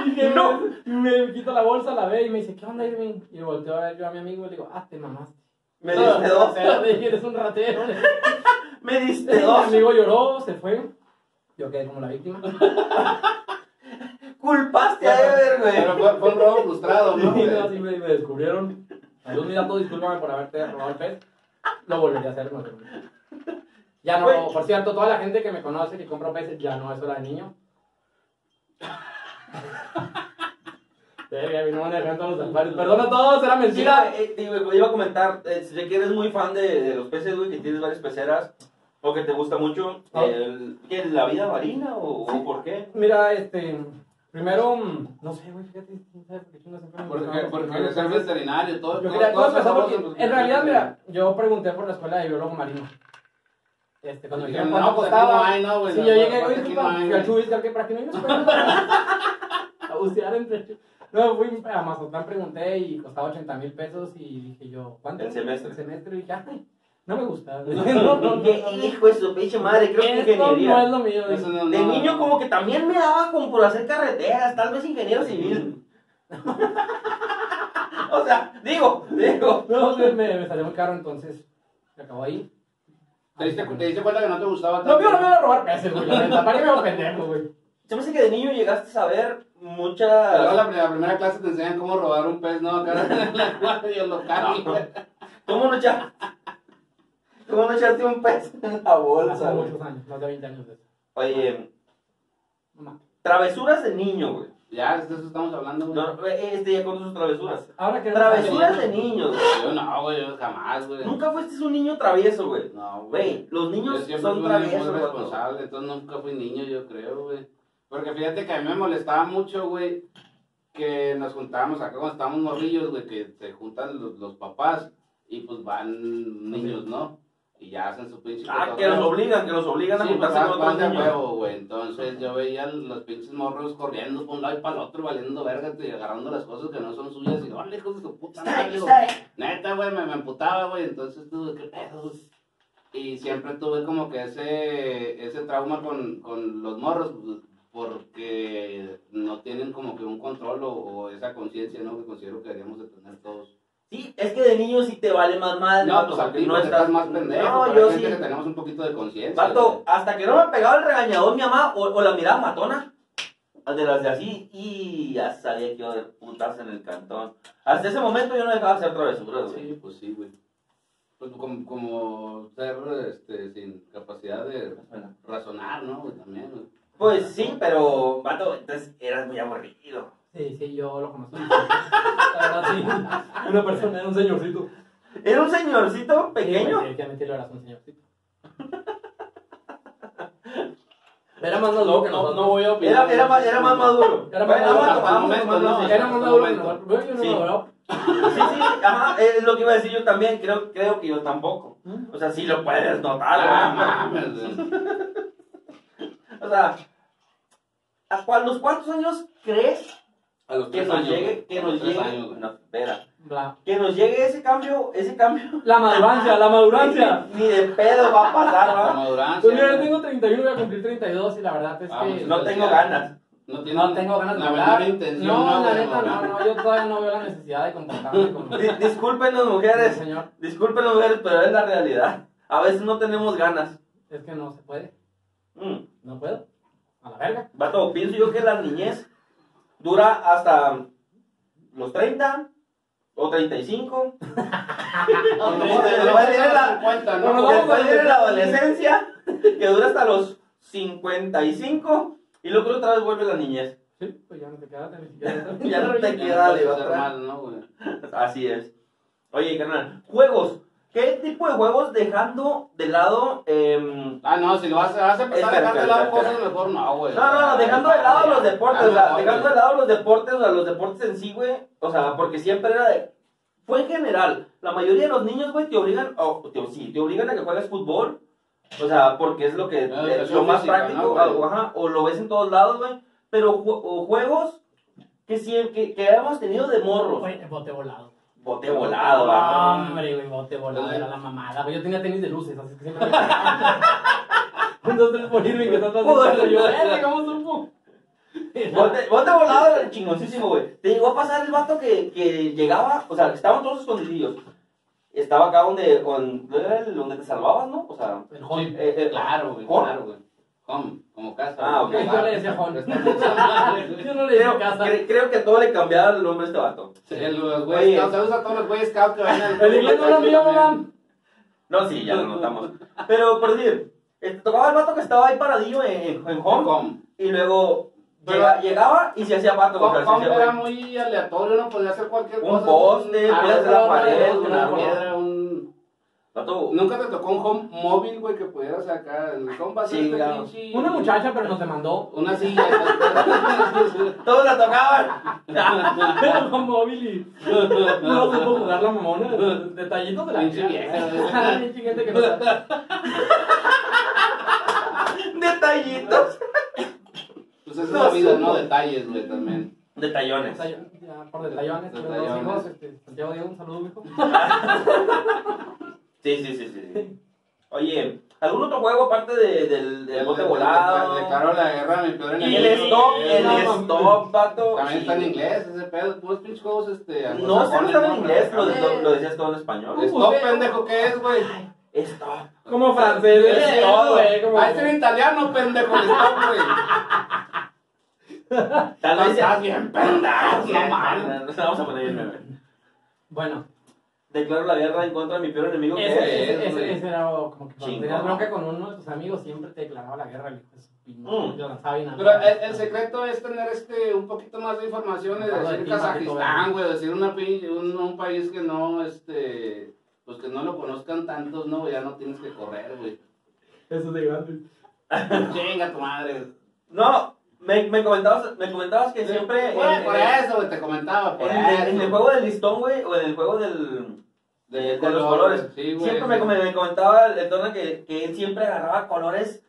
Speaker 4: Y que
Speaker 2: No.
Speaker 4: Me, me quito la bolsa, la ve y me dice, ¿qué onda, Irving? Y volteo a ver yo a mi amigo y le digo, ah, te mamaste.
Speaker 2: Me diste dos,
Speaker 4: Le dije, eres un ratero.
Speaker 2: me diste
Speaker 4: Mi
Speaker 2: dos.
Speaker 4: amigo lloró, se fue. Yo quedé como la víctima.
Speaker 2: Culpaste a Ever,
Speaker 3: Pero
Speaker 2: güey.
Speaker 3: fue, fue un robo frustrado, ¿no?
Speaker 4: Y
Speaker 3: güey?
Speaker 4: así me, me descubrieron. Salud, mira todo, discúlpame por haberte robado el pez. Lo volvería a hacer. no te preocupes. Ya no,
Speaker 2: Güey.
Speaker 4: por cierto, toda la gente que me conoce que compra peces, ya no es hora de niño. Verga, güey, no van a dejar todos los alfares. Perdona a todos, era mentira.
Speaker 2: Mira, eh, digo, iba a comentar, eh, sé que eres muy fan de, de los peces, güey, que tienes varias peceras o que te gusta mucho.
Speaker 4: Ah.
Speaker 2: eh, ¿qué, ¿La vida marina o, o por qué?
Speaker 4: Mira, este. Primero, mm, no sé, güey, fíjate, quién sabe por qué chingas siempre me
Speaker 3: Porque,
Speaker 4: preguntaban por
Speaker 3: porque
Speaker 4: los
Speaker 3: ser
Speaker 4: animales.
Speaker 3: veterinario, todo.
Speaker 4: Yo
Speaker 3: todo-
Speaker 4: quería, todo
Speaker 3: todo-
Speaker 4: empezó
Speaker 3: todo-
Speaker 4: porque,
Speaker 3: todo-
Speaker 4: en realidad, mira, yo pregunté por la escuela de biólogo marino. Este, cuando me
Speaker 3: Dijeron,
Speaker 4: dijeron
Speaker 3: no,
Speaker 4: cuánto
Speaker 3: pues aquí no
Speaker 4: costaba.
Speaker 3: hay, no, güey.
Speaker 4: Sí,
Speaker 3: no,
Speaker 4: yo
Speaker 3: pues
Speaker 4: llegué, güey,
Speaker 3: aquí
Speaker 4: fui
Speaker 3: no hay,
Speaker 4: a
Speaker 3: güey.
Speaker 4: Chuy, creo que para que no hay una escuela. A bucear entre Chuy. No, fui a Mazatlán, pregunté y costaba 80 mil pesos y dije yo, ¿cuánto?
Speaker 2: El semestre.
Speaker 4: El semestre, y dije, ay, no me gusta. No, no, no, no.
Speaker 2: ¿Qué hijo de su pinche madre? Creo que
Speaker 4: Esto no es
Speaker 2: ingeniería.
Speaker 4: lo mío.
Speaker 3: Eso no-
Speaker 2: De
Speaker 3: no-
Speaker 2: niño como que también me daba como por hacer carreteras, tal vez ingeniero civil. o sea, digo, digo.
Speaker 4: No, me, me me salió muy caro, entonces me acabó ahí.
Speaker 3: ¿Te diste, te diste cuenta que no te gustaba
Speaker 4: No, mío, no me
Speaker 3: tanto?
Speaker 4: voy a robar peces, güey. La neta, para que me hago pendejo, güey.
Speaker 2: Se me hace que de niño llegaste a saber
Speaker 3: Luego
Speaker 2: muchas...
Speaker 3: la, la primera clase te enseñan cómo robar un pez, ¿no? Acá en la cuadra y en los carros, güey.
Speaker 2: ¿Cómo no echaste? ¿Cómo no echaste un pez en la bolsa,
Speaker 4: Hace
Speaker 2: güey?
Speaker 4: muchos años, más de 20 años de eso.
Speaker 2: Oye,
Speaker 4: No mames.
Speaker 2: travesuras de niño, güey.
Speaker 3: Ya, de eso estamos hablando, güey.
Speaker 2: No, este ya con sus travesuras.
Speaker 4: Ahora que
Speaker 2: Travesuras de niños, güey.
Speaker 3: Yo no, güey, yo jamás, güey.
Speaker 2: Nunca fuiste un niño travieso, güey.
Speaker 3: No,
Speaker 2: Güey, los niños
Speaker 3: Yo siempre
Speaker 2: son
Speaker 3: fui un niño
Speaker 2: traviesos,
Speaker 3: muy
Speaker 2: güey.
Speaker 3: responsable, entonces nunca fui niño, yo creo, güey. Porque fíjate que a mí me molestaba mucho, güey, que nos juntábamos acá cuando estábamos morrillos, güey, que se juntan los, los papás y pues van niños, ¿no? Y ya hacen su pinche.
Speaker 2: Ah,
Speaker 3: cotorreo.
Speaker 2: que los obligan, que los obligan a
Speaker 3: Sí, pues,
Speaker 2: juntarse con
Speaker 3: van
Speaker 2: otros
Speaker 3: de
Speaker 2: niños.
Speaker 3: huevo, güey. Entonces yo veía los pinches morros corriendo por un lado y para el otro, valiendo verga y agarrando las cosas que no son suyas. Y, ¡ole, hijos de su puta madre", digo, Neta, güey, me, me emputaba, güey, entonces tuve que pedo. Y siempre tuve como que ese, ese trauma con, con los morros, pues, porque no tienen como que un control o, o esa conciencia, ¿no? Que considero que deberíamos de tener todos.
Speaker 2: Sí, es que de niño sí te vale más madre.
Speaker 3: No,
Speaker 2: vato,
Speaker 3: pues al
Speaker 2: porque
Speaker 3: fin no estás más pendejo,
Speaker 2: No,
Speaker 3: pero
Speaker 2: yo
Speaker 3: hay gente
Speaker 2: sí.
Speaker 3: que tenemos un poquito de conciencia.
Speaker 2: Vato,
Speaker 3: güey.
Speaker 2: hasta que no me pegaba el regañador mi mamá o, o la mirada matona. De las de así, y ya sabía que iba a haber putas en el cantón. Hasta ese momento yo no dejaba hacer travesuras, güey.
Speaker 3: Sí, pues sí, güey. Pues como, como ser este, sin capacidad de
Speaker 2: Bueno.
Speaker 3: razonar, ¿no? Güey, también, güey.
Speaker 2: Pues sí, pero, vato, entonces eras muy aburrido.
Speaker 4: Sí, sí, yo lo conocí. Ahora sí. Una persona, era un señorcito.
Speaker 2: Era un señorcito
Speaker 4: Sí, pues,
Speaker 2: pequeño.
Speaker 4: güey, Definitivamente lo eras un señorcito. Era más maduro que
Speaker 3: no,
Speaker 4: nosotros.
Speaker 3: no voy a opinar.
Speaker 2: Era, era, más, era más maduro.
Speaker 4: Era más
Speaker 2: Bueno,
Speaker 4: maduro.
Speaker 2: vato,
Speaker 4: Hasta el
Speaker 2: vamos,
Speaker 3: momento,
Speaker 2: vamos,
Speaker 3: ¿no?
Speaker 2: sí.
Speaker 4: Era más maduro que nosotros. Yo no
Speaker 2: Sí.
Speaker 4: lo hablaba.
Speaker 2: Sí, sí, ajá, es lo que iba a decir yo también, creo, creo que yo tampoco. O sea, sí lo puedes notar,
Speaker 3: Ah,
Speaker 2: güey.
Speaker 3: mames, güey.
Speaker 2: O sea, ¿a cua- los cuántos años crees
Speaker 3: A los
Speaker 2: que
Speaker 3: tres
Speaker 2: nos
Speaker 3: años.
Speaker 2: llegue,
Speaker 3: güey.
Speaker 2: que
Speaker 3: A los
Speaker 2: nos
Speaker 3: tres
Speaker 2: llegue,
Speaker 3: años, güey.
Speaker 2: no, espera,
Speaker 4: Bla.
Speaker 2: que nos llegue ese cambio, ese cambio?
Speaker 4: La madurancia, la madurancia.
Speaker 2: Ni de pedo va a pasar,
Speaker 3: La
Speaker 2: ¿va?
Speaker 3: madurancia,
Speaker 4: Pues mira, yo
Speaker 3: güey.
Speaker 4: tengo 31, voy a cumplir 32 y la verdad es
Speaker 3: Ah,
Speaker 4: que
Speaker 3: pues
Speaker 2: No tengo ganas.
Speaker 3: No, tiene-
Speaker 4: no tengo ganas de
Speaker 3: la
Speaker 4: hablar.
Speaker 3: menor intención,
Speaker 4: No, la
Speaker 3: güey,
Speaker 4: neta,
Speaker 3: de
Speaker 4: no,
Speaker 3: hablar.
Speaker 4: no, yo todavía no veo la necesidad de contactarme con con
Speaker 2: Di- disculpen las
Speaker 4: el
Speaker 2: mujeres,
Speaker 4: señor.
Speaker 2: disculpen las mujeres, pero es la realidad. A veces no tenemos ganas.
Speaker 4: Es que no se puede.
Speaker 2: Mm.
Speaker 4: No puedo. a la verga.
Speaker 2: Vato, pienso yo que la niñez dura hasta los 30 o 35.
Speaker 3: No,
Speaker 2: no, no, no, no,
Speaker 4: no, no,
Speaker 3: Porque-
Speaker 4: no,
Speaker 2: Después viene la adolescencia, que dura hasta los 55. Y luego otra vez vuelve la niñez.
Speaker 4: Sí, pues ya no te quedaste ni siquiera.
Speaker 2: Ya no te
Speaker 3: Ya
Speaker 2: queda
Speaker 3: no
Speaker 2: de
Speaker 3: puedes hacer
Speaker 2: otra.
Speaker 3: mal, ¿no, güey?
Speaker 2: Así es. Oye, carnal, juegos. ¿Qué tipo de juegos dejando de lado em,
Speaker 3: Ah, no, si lo vas a, vas a empezar a
Speaker 2: Espera,
Speaker 3: dejar de
Speaker 2: espera,
Speaker 3: lado
Speaker 2: espera.
Speaker 3: cosas, mejor no, güey.
Speaker 2: No, no, no, dejando de lado los deportes,
Speaker 3: Ah,
Speaker 2: o sea,
Speaker 3: no,
Speaker 2: dejando
Speaker 3: güey.
Speaker 2: de lado los deportes, o sea, los deportes en sí, güey, o sea, porque siempre era de... Fue en general, la mayoría de los niños, güey, te obligan, o te, sí, te obligan a que juegues fútbol, o sea, porque es lo que, es lo
Speaker 3: La Ah, educación
Speaker 2: más
Speaker 3: física,
Speaker 2: práctico,
Speaker 3: ¿no,
Speaker 2: o,
Speaker 3: güey?
Speaker 2: ajá, o lo ves en todos lados, güey, pero ju- o juegos que, sí, que, que hemos tenido de morros,
Speaker 4: Fue bote volado.
Speaker 2: bote volado, va.
Speaker 4: Ah, Hombre, güey, bote volado era la mamada, güey. Yo tenía tenis de luces, así que siempre me. Un, dos, tres por irme, que está atrás del carro, Yo, "Verga, ¿cómo supo?
Speaker 2: Bote, bote volado era chingoncísimo, güey. Te llegó a pasar el vato que, que llegaba, o sea, estaban todos escondidillos. Estaba acá donde, con- ¿dónde era el- donde te salvabas, ¿no? O sea,
Speaker 4: El
Speaker 2: eh,
Speaker 4: home.
Speaker 2: eh,
Speaker 3: Claro, güey,
Speaker 2: ¿Cómo?
Speaker 3: claro, güey. Home, como casa.
Speaker 2: Ah,
Speaker 3: güey,
Speaker 2: ok.
Speaker 3: como
Speaker 4: Yo le
Speaker 3: hogar.
Speaker 4: decía home.
Speaker 3: Está mucha madre, güey.
Speaker 4: Yo no le
Speaker 2: Creo,
Speaker 4: dio casa.
Speaker 2: cre- creo que a todo le cambiaba el nombre a este vato.
Speaker 3: Sí, los
Speaker 2: Oye.
Speaker 3: güeyes, no, saludos a todos los güeyes scouts que vayan.
Speaker 4: El inglés no lo mío, mamá.
Speaker 2: No, sí, ya lo notamos. Pero, por decir, eh, tocaba el vato que estaba ahí paradillo en, en, en
Speaker 3: Home,
Speaker 2: Hong Kong. Y luego llega- llegaba y se hacía vato. o sea, se hacía
Speaker 3: era
Speaker 2: güey.
Speaker 3: muy aleatorio, no podía hacer cualquier
Speaker 2: Un
Speaker 3: cosa.
Speaker 2: poste,
Speaker 3: árbol,
Speaker 2: podía hacer la
Speaker 3: una
Speaker 2: pared, un
Speaker 3: una
Speaker 2: árbol.
Speaker 3: piedra, un...
Speaker 2: Vato,
Speaker 3: Nunca te tocó un home móvil, güey, que pudieras sacar el compa.
Speaker 2: Sí,
Speaker 3: este
Speaker 2: claro.
Speaker 3: pinche-
Speaker 4: Una muchacha, pero nos demandó.
Speaker 3: Una silla. ¿no?
Speaker 2: todos la tocaban.
Speaker 4: Pero con móvil y. No supo jugar la mamona. Detallitos de la
Speaker 3: Pinche vieja.
Speaker 4: Pinche gente que no sabe.
Speaker 2: Detallitos.
Speaker 3: Pues esa es
Speaker 2: No
Speaker 3: la vida, ¿no?
Speaker 2: supo.
Speaker 3: Detalles, güey, también.
Speaker 2: Detallones.
Speaker 4: Detallón- ya, Por detallones, pero los
Speaker 3: Detallones.
Speaker 4: hijos, este, Santiago Diego, un saludo, hijo.
Speaker 2: Sí, sí, sí, sí, sí. Oye, ¿algún otro juego aparte de- del, del bote
Speaker 3: De- de-
Speaker 2: volado?
Speaker 3: De, de Carol la guerra, mi peor enemigo.
Speaker 2: el stop, el
Speaker 4: No, mames.
Speaker 2: stop, vato.
Speaker 3: También está en
Speaker 2: Sí.
Speaker 3: inglés, ese pedo. Puros pinches juegos, este.
Speaker 2: No, sé no estaba en inglés, lo,
Speaker 3: de
Speaker 2: lo- lo decías todo en español.
Speaker 3: Stop, pues, pendejo, ¿qué es, güey?
Speaker 2: Stop.
Speaker 4: Como francés,
Speaker 2: Es
Speaker 4: eh,
Speaker 2: todo.
Speaker 4: güey, como-
Speaker 3: Ah, es en italiano, pendejo, el stop, güey.
Speaker 2: Tal vez
Speaker 3: Estás bien, pendejo, no
Speaker 2: No
Speaker 3: mames.
Speaker 2: mames. Vamos a poner el meme.
Speaker 4: Bueno,
Speaker 2: Declaro la guerra en contra de mi peor enemigo. que
Speaker 4: ese,
Speaker 2: es-
Speaker 3: es,
Speaker 4: ese-
Speaker 3: güey.
Speaker 4: ese era como que cuando
Speaker 2: Chingón.
Speaker 4: tenías bronca con uno de tus amigos, siempre te declaraba la guerra, el hijo de su pinche,
Speaker 2: Mm.
Speaker 4: te lanzaba bien
Speaker 3: Pero
Speaker 4: alto.
Speaker 3: el, el secreto es tener este un poquito más de información y
Speaker 4: Algo de
Speaker 3: decir
Speaker 4: ti,
Speaker 3: Kazajistán,
Speaker 4: Marquito,
Speaker 3: güey, decir una, pin- un, un país que no, este, pues que no lo conozcan tantos, no, ya no tienes que correr, güey.
Speaker 4: Eso es de grande.
Speaker 3: Chinga tu madre.
Speaker 2: No, me, me comentabas, me comentabas que siempre.
Speaker 3: Bueno,
Speaker 2: en-
Speaker 3: por
Speaker 2: en-
Speaker 3: eso, güey, te comentaba, por
Speaker 2: en- en-
Speaker 3: eso.
Speaker 2: en el juego del listón, güey, o en el juego del. de, de los colores.
Speaker 3: Sí, güey.
Speaker 2: siempre me, com- me comentaba el Tona que, que él siempre agarraba colores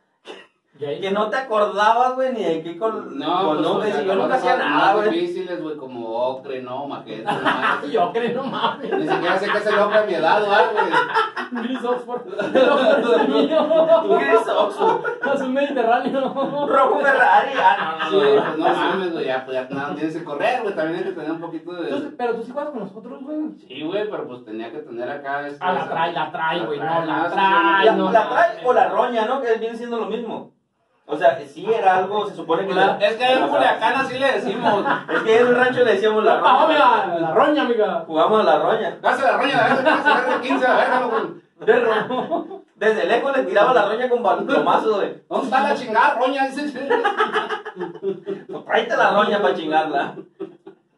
Speaker 2: que no te acordabas, güey, ni de qué color.
Speaker 3: No, pues,
Speaker 2: no,
Speaker 3: o sea,
Speaker 2: yo nunca
Speaker 3: colores
Speaker 2: hacía
Speaker 3: más-
Speaker 2: nada,
Speaker 3: más
Speaker 2: güey.
Speaker 3: difíciles, güey, como ocre, no, magenta, no, mames.
Speaker 4: Yo creo, no mames.
Speaker 3: Ni siquiera sé qué es el ocre a mi edad, ¿verdad, güey.
Speaker 4: Gris Oxford. El Oxford es mío.
Speaker 2: Gris Oxford,
Speaker 4: Es un mediterráneo.
Speaker 2: rojo Ferrari, ah, no,
Speaker 3: Sí,
Speaker 2: no, no,
Speaker 3: pues, no mames, güey, ya, pues, ya, no, tienes que correr, güey, también hay que tener un poquito
Speaker 4: Entonces,
Speaker 3: de...
Speaker 4: pero tú sí juegas con nosotros, güey.
Speaker 3: Sí, güey, pero pues tenía que tener acá... este-
Speaker 4: Ah, la trae, la trae, güey. No, la
Speaker 3: Ay,
Speaker 2: La,
Speaker 4: trae. no,
Speaker 2: la
Speaker 4: no.
Speaker 2: trae o la roña, ¿no? Que viene siendo lo mismo. O sea, sí era algo, se supone que la-
Speaker 3: Es que en Culiacán así le decimos.
Speaker 2: Es que en un rancho le decíamos la
Speaker 4: La roña,
Speaker 2: roña.
Speaker 4: amiga. La roña, amiga.
Speaker 2: Jugamos a la roña.
Speaker 3: Hace la roña, la verga, hace la 15, la verga, güey.
Speaker 2: De ro- Desde lejos le tiraba la roña con balonzomazos, güey.
Speaker 3: ¿Dónde está la chingada roña? Dice.
Speaker 2: Pues, Tráete la roña para chingarla.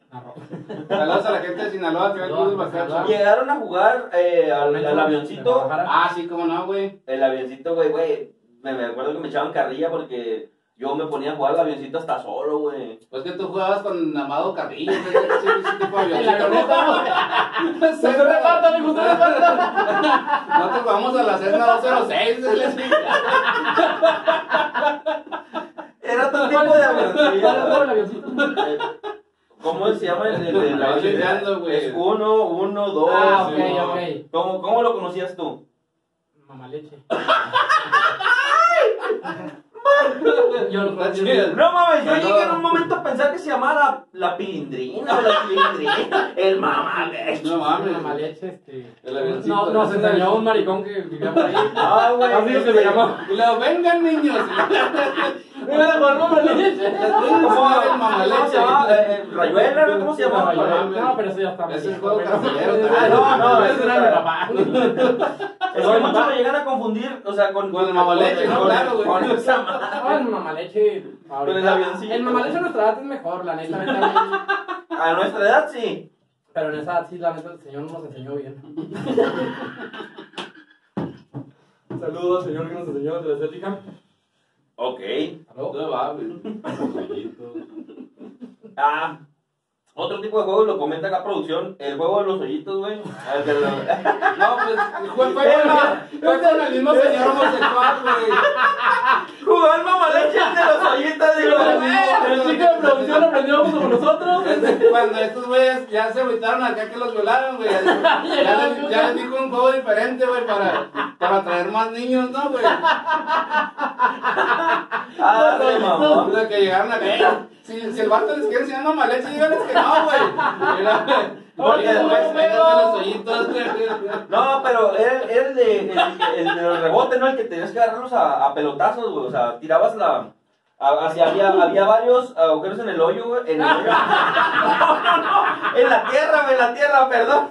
Speaker 4: La roña.
Speaker 3: Saludos a la gente de Sinaloa que va al club del Bacacho.
Speaker 2: Llegaron a jugar eh, al, al avioncito.
Speaker 3: Ah, sí, cómo no, güey.
Speaker 2: El avioncito, güey, güey. Me, me acuerdo que me echaban carrilla porque yo me ponía a jugar al avioncito hasta solo, güey.
Speaker 3: Pues que tú jugabas con Amado Carrillo, que es ese tipo de
Speaker 4: En la
Speaker 3: avioncito, ¿no?
Speaker 4: camioneta.
Speaker 3: Sí,
Speaker 4: Se reparta, amigo, se reparta.
Speaker 3: Nosotros vamos a la Cessna 206. dice.
Speaker 2: Era otro
Speaker 4: ¿Cuál
Speaker 2: tipo de
Speaker 4: es el
Speaker 2: avioncito.
Speaker 4: avioncito?
Speaker 2: Eh, ¿Cómo se llama el, el, el
Speaker 3: Ahí llegando,
Speaker 2: avioncito?
Speaker 3: güey.
Speaker 2: Es uno, uno, dos.
Speaker 4: Ah, ok,
Speaker 2: uno.
Speaker 4: ok.
Speaker 2: ¿Cómo, ¿Cómo lo conocías tú?
Speaker 4: Mamá leche. Yo lo
Speaker 3: Está chido.
Speaker 2: No mames, yo
Speaker 3: No.
Speaker 2: llegué en un momento a pensar que se llamaba la, la pilindrina o la cilindrina, el mamalecho.
Speaker 3: No mames.
Speaker 4: la maleche, este.
Speaker 3: El avioncito,
Speaker 4: No,
Speaker 3: ¿no?
Speaker 4: nos enseñó un maricón que vivía por ahí.
Speaker 2: Ah, güey,
Speaker 4: Así que
Speaker 2: este-
Speaker 4: se llamaba.
Speaker 3: Y luego, vengan niños.
Speaker 4: Mira, por no maleche.
Speaker 2: ¿Cómo
Speaker 3: ¿Cómo el
Speaker 2: ¿Cómo Ah, se llamaba?
Speaker 3: mamaleche?
Speaker 2: Eh, eh, Rayuela, ¿no? ¿cómo se llamaba?
Speaker 3: Rayuela.
Speaker 4: No, pero eso ya está.
Speaker 3: Ese es
Speaker 4: viejo,
Speaker 3: juego
Speaker 4: pero-
Speaker 3: carcelero también.
Speaker 4: Ah, no, no, ese era mi papá.
Speaker 2: Es que muchos lo llegan a confundir, o sea, con...
Speaker 3: Con el mamaleche,
Speaker 2: con-
Speaker 3: no,
Speaker 2: con-
Speaker 3: claro, güey.
Speaker 2: Con esa madre.
Speaker 4: Ah, el mamaleche.
Speaker 2: Con el avioncito.
Speaker 4: El mamaleche en nuestra edad es mejor, la neta. neta,
Speaker 2: A nuestra edad, sí.
Speaker 4: Pero en esa edad sí, la neta, el señor nos enseñó bien. Saludos al señor que nos enseñó desde Cética.
Speaker 2: Ok.
Speaker 3: No mames.
Speaker 2: Ah, otro tipo de juego, lo comenta acá producción, el juego de los hoyitos, güey. El de los-
Speaker 3: No, pues fue, fue, con la- fue con el mismo señor homosexual, güey.
Speaker 2: Jugar mamaleche de los hoyitos, digo,
Speaker 4: El chico de producción aprendió junto con nosotros.
Speaker 3: Este, Cuando estos güeyes ya se agüitaron acá que los violaron, güey. Ya, ya- ya les dijo un juego diferente, güey, para, para atraer más niños, ¿no, güey?
Speaker 2: Ah, de
Speaker 3: O
Speaker 2: mamón.
Speaker 3: sea, que llegaron acá. "Eh, Si, si el vato les quiere enseñar mamaleche, díganles que no, güey. Y la- Porque después vengan de los hoyitos, güey.
Speaker 2: No, pero era era el de, el, el de los rebotes, ¿no? El que tenías que agarrarlos a, a pelotazos, güey. O sea, tirabas la. a- hacia, Ah, había, había varios agujeros en el hoyo, güey. En el hoyo. No, no, no. En la tierra, güey, en la tierra, perdón.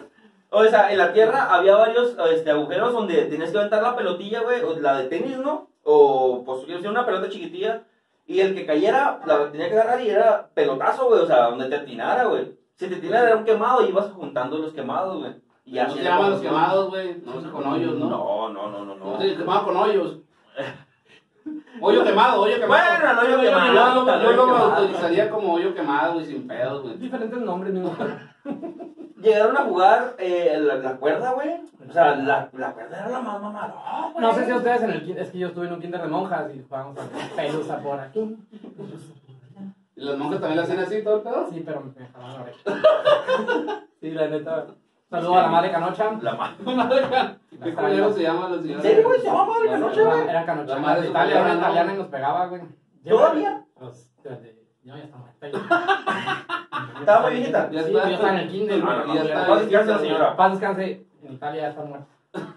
Speaker 2: O sea, en la tierra había varios este, agujeros donde tenías que aventar la pelotilla, güey. O la de tenis, ¿no? O, pues, quiero decir, una pelota chiquitilla. Y el que cayera, la tenía que agarrar y era pelotazo, güey. O sea, donde te atinara, güey. Si te atinara era un quemado y ibas juntando los quemados, güey. Y
Speaker 3: No
Speaker 2: así
Speaker 3: se
Speaker 2: era
Speaker 3: llaman
Speaker 2: como
Speaker 3: los
Speaker 2: se-
Speaker 3: quemados, güey. No se con hoyos, ¿no?
Speaker 2: no, no, no, no. no.
Speaker 3: No se quemaban con hoyos. Hoyo quemado, hoyo quemado.
Speaker 2: Bueno, el hoyo quemado,
Speaker 3: Yo lo-
Speaker 2: el
Speaker 3: Yo
Speaker 2: hoyo
Speaker 3: lo
Speaker 2: quemado.
Speaker 3: utilizaría como hoyo quemado, güey, sin pedos, güey.
Speaker 4: Diferentes nombres, mi amor.
Speaker 2: Llegaron a jugar eh, la, la cuerda, güey. O sea, la, la cuerda era la más mamalona, güey.
Speaker 4: No sé si ustedes en el kinder, es que yo estuve en un kinder de monjas y jugábamos a pelusa por aquí.
Speaker 3: ¿Y las monjas también le hacían así todo el pedo?
Speaker 4: Sí, pero me jalaban la oreja. Sí, la neta. Saludo a la madre canocha.
Speaker 2: La más.
Speaker 3: ¿Qué culero se llama la señora?
Speaker 2: ¿En serio, güey? ¿Se llama madre
Speaker 3: La-
Speaker 2: canocha, güey?
Speaker 4: Era, era canocha.
Speaker 3: La madre
Speaker 4: de
Speaker 3: es
Speaker 4: Italia,
Speaker 3: italiana,
Speaker 4: una
Speaker 3: ¿no?
Speaker 4: italiana y nos pegaba, güey. Siempre-
Speaker 2: ¿Todavía?
Speaker 4: Pues, desde- No, ya está muerta.
Speaker 2: Estaba muy viejita.
Speaker 4: Sí, yo estaba en el kinder.
Speaker 2: Ah, no,
Speaker 4: güey.
Speaker 2: no,
Speaker 3: Ya
Speaker 2: no, no, no, señora.
Speaker 4: Paz descanse. En Italia ya está muerta.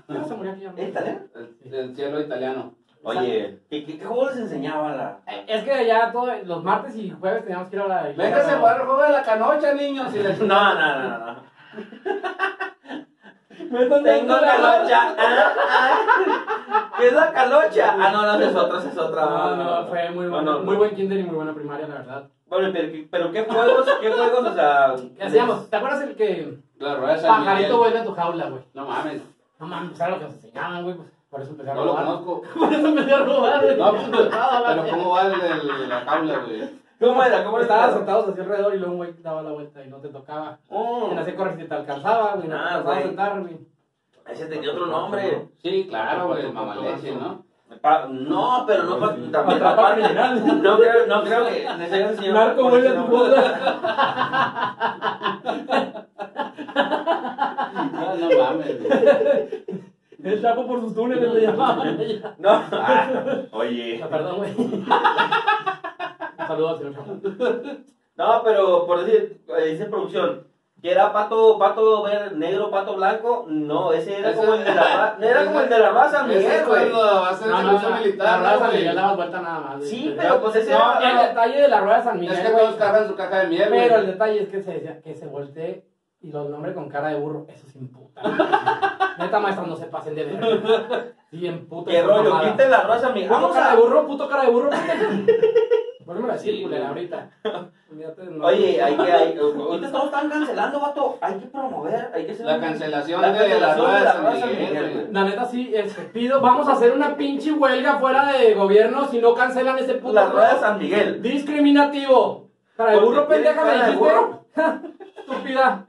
Speaker 4: No, se murió aquí ya.
Speaker 2: ¿Eh, talera?
Speaker 3: El, el cielo italiano.
Speaker 2: Oye, ¿qué, qué, qué juego les enseñaba la.?
Speaker 4: Eh, Es que ya todos los martes y jueves teníamos que ir a la iglesia.
Speaker 3: Véngase a
Speaker 4: pero-
Speaker 3: jugar el juego de la canocha, niños. Y les...
Speaker 2: No, no, no, no. no.
Speaker 4: Me están
Speaker 2: Tengo
Speaker 4: dando la
Speaker 2: calocha. Ah, ah. ¿Qué es la calocha? Ah, no, no, es otra, es otra.
Speaker 4: No, no, fue muy bueno.
Speaker 2: Ah, No, no,
Speaker 4: muy buen kinder y muy buena primaria, la verdad.
Speaker 2: Bueno, pero, ¿qué- pero ¿qué juegos? ¿Qué juegos? O sea.
Speaker 4: ¿Qué hacíamos? ¿Te acuerdas el que
Speaker 3: La rueda de San Miguel.
Speaker 4: pajarito vuelve a tu jaula, güey?
Speaker 3: No mames,
Speaker 4: No mames, pues era lo que nos enseñaban, güey. Pues, por eso empecé a
Speaker 3: no lo
Speaker 4: robar.
Speaker 3: conozco.
Speaker 4: por eso empecé a robar,
Speaker 2: pues,
Speaker 4: güey.
Speaker 3: No, pero ¿cómo va el de la jaula, güey?
Speaker 2: ¿Cómo era? ¿Cómo
Speaker 4: Como
Speaker 2: era?
Speaker 4: estabas sentados así alrededor y luego un güey te daba la vuelta y no te tocaba.
Speaker 2: Mm.
Speaker 4: Te hacía correr si te alcanzaba, güey. No te
Speaker 2: Ah,
Speaker 4: alcanzaba a
Speaker 2: güey.
Speaker 4: sentar, güey.
Speaker 2: Ese tenía otro nombre.
Speaker 3: Sí, claro, güey, el mamaleche, ¿no?
Speaker 2: Pa- no, pero no pa- también
Speaker 4: Atrapar
Speaker 2: aparte.
Speaker 4: criminal.
Speaker 2: No creo, no creo que les hayan enseñado.
Speaker 4: Marco
Speaker 2: con
Speaker 4: vuelve
Speaker 2: ese
Speaker 4: a tu
Speaker 2: nombre.
Speaker 4: boda.
Speaker 3: No, no mames, güey.
Speaker 4: El chapo por sus túneles le llamaban. allá.
Speaker 2: No. Ah, oye.
Speaker 4: Ah, Perdón, güey. Un saludo al señor chapo.
Speaker 2: No, pero por decir, eh, dice producción. Que era pato, pato ver- negro, pato blanco. No, ese era
Speaker 3: Ese-
Speaker 2: como el de la ra- no era como el de la raza,
Speaker 3: Ese
Speaker 2: Miguel,
Speaker 3: es
Speaker 2: güey.
Speaker 3: cuando va a ser
Speaker 4: No, no,
Speaker 3: servicio
Speaker 4: no,
Speaker 3: militar,
Speaker 4: la rueda de
Speaker 3: ¿no,
Speaker 4: San
Speaker 3: güey?
Speaker 4: Miguel daba vuelta nada más. güey.
Speaker 2: Sí, pero pues ese
Speaker 3: No,
Speaker 2: era.
Speaker 4: El detalle de la rueda de San Miguel,
Speaker 3: Es que
Speaker 4: güey.
Speaker 3: todos cargan su caja de miel,
Speaker 4: Pero el
Speaker 3: güey.
Speaker 4: detalle es que se decía que se voltee y los nombres con cara de burro, eso es imputa. Neta, maestra, no se pasen de verga. Sí, en puta.
Speaker 2: Qué rollo, quiten la raza, Miguel.
Speaker 4: Puto
Speaker 2: Vamos
Speaker 4: cara
Speaker 2: a.
Speaker 4: de burro, puto cara de burro. Vuelve a decir,
Speaker 3: Sí,
Speaker 4: culera,
Speaker 3: güey.
Speaker 4: ahorita. Olvídate de- no.
Speaker 2: Oye, hay que. Hay, ahorita todos están cancelando, vato. Hay que promover, hay que hacer
Speaker 3: La
Speaker 2: un-
Speaker 3: cancelación
Speaker 2: La
Speaker 3: de la
Speaker 2: cancelación
Speaker 3: rueda
Speaker 2: de
Speaker 3: de
Speaker 2: la
Speaker 3: San
Speaker 2: rueda de San
Speaker 3: Miguel,
Speaker 2: Miguel,
Speaker 3: güey.
Speaker 4: La neta, sí, este, pido, vamos a hacer una pinche huelga fuera de gobierno si no cancelan ese puto
Speaker 2: La rueda de
Speaker 4: juego.
Speaker 2: San Miguel.
Speaker 4: Discriminativo. Cara de
Speaker 2: Porque
Speaker 4: burro,
Speaker 2: tiene
Speaker 4: pendeja, me
Speaker 2: cara de
Speaker 4: dijiste.
Speaker 2: burro.
Speaker 4: Estúpida.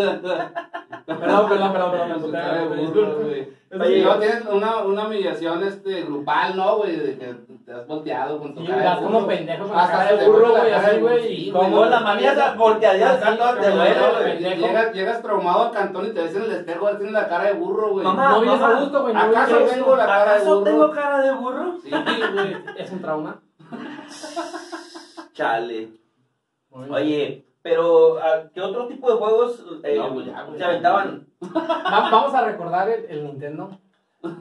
Speaker 4: Perdón, perdón, perdón, perdón.
Speaker 3: Su
Speaker 4: perdón,
Speaker 3: cara de
Speaker 4: perdón,
Speaker 3: burro,
Speaker 4: disculpa.
Speaker 3: güey.
Speaker 2: Oye,
Speaker 3: Y luego tienes una, una humillación este, grupal, ¿no, güey? De que te has volteado con tu
Speaker 4: Sí,
Speaker 3: cara de
Speaker 4: vas
Speaker 3: burro.
Speaker 4: como pendejo con
Speaker 3: Hasta
Speaker 4: cara
Speaker 3: se
Speaker 4: de
Speaker 3: te
Speaker 4: burro,
Speaker 3: vuelve la
Speaker 4: güey,
Speaker 3: cara
Speaker 4: así,
Speaker 3: de
Speaker 4: güey,
Speaker 3: burro,
Speaker 4: y
Speaker 3: sí,
Speaker 4: como
Speaker 2: Con Pues la manía esa volteadita,
Speaker 4: Así,
Speaker 2: tanto te
Speaker 4: como
Speaker 2: duele,
Speaker 4: no,
Speaker 2: güey.
Speaker 4: pendejo.
Speaker 3: Llegas, llegas traumado al cantón y te ves en el espejo, así tienes la cara de burro, güey.
Speaker 2: Mamá,
Speaker 4: No vives
Speaker 2: mamá,
Speaker 4: a gusto, güey. No
Speaker 3: ¿Acaso
Speaker 4: vives-
Speaker 3: vengo la cara de
Speaker 2: ¿Acaso tengo
Speaker 3: burro?
Speaker 2: cara de burro?
Speaker 3: Sí,
Speaker 4: güey, Es un trauma.
Speaker 2: Chale.
Speaker 4: Muy bien.
Speaker 2: Oye, pero ¿a ¿qué otro tipo de juegos eh,
Speaker 3: No, pues ya, güey.
Speaker 2: se aventaban?
Speaker 4: Va- vamos a recordar el, el Nintendo.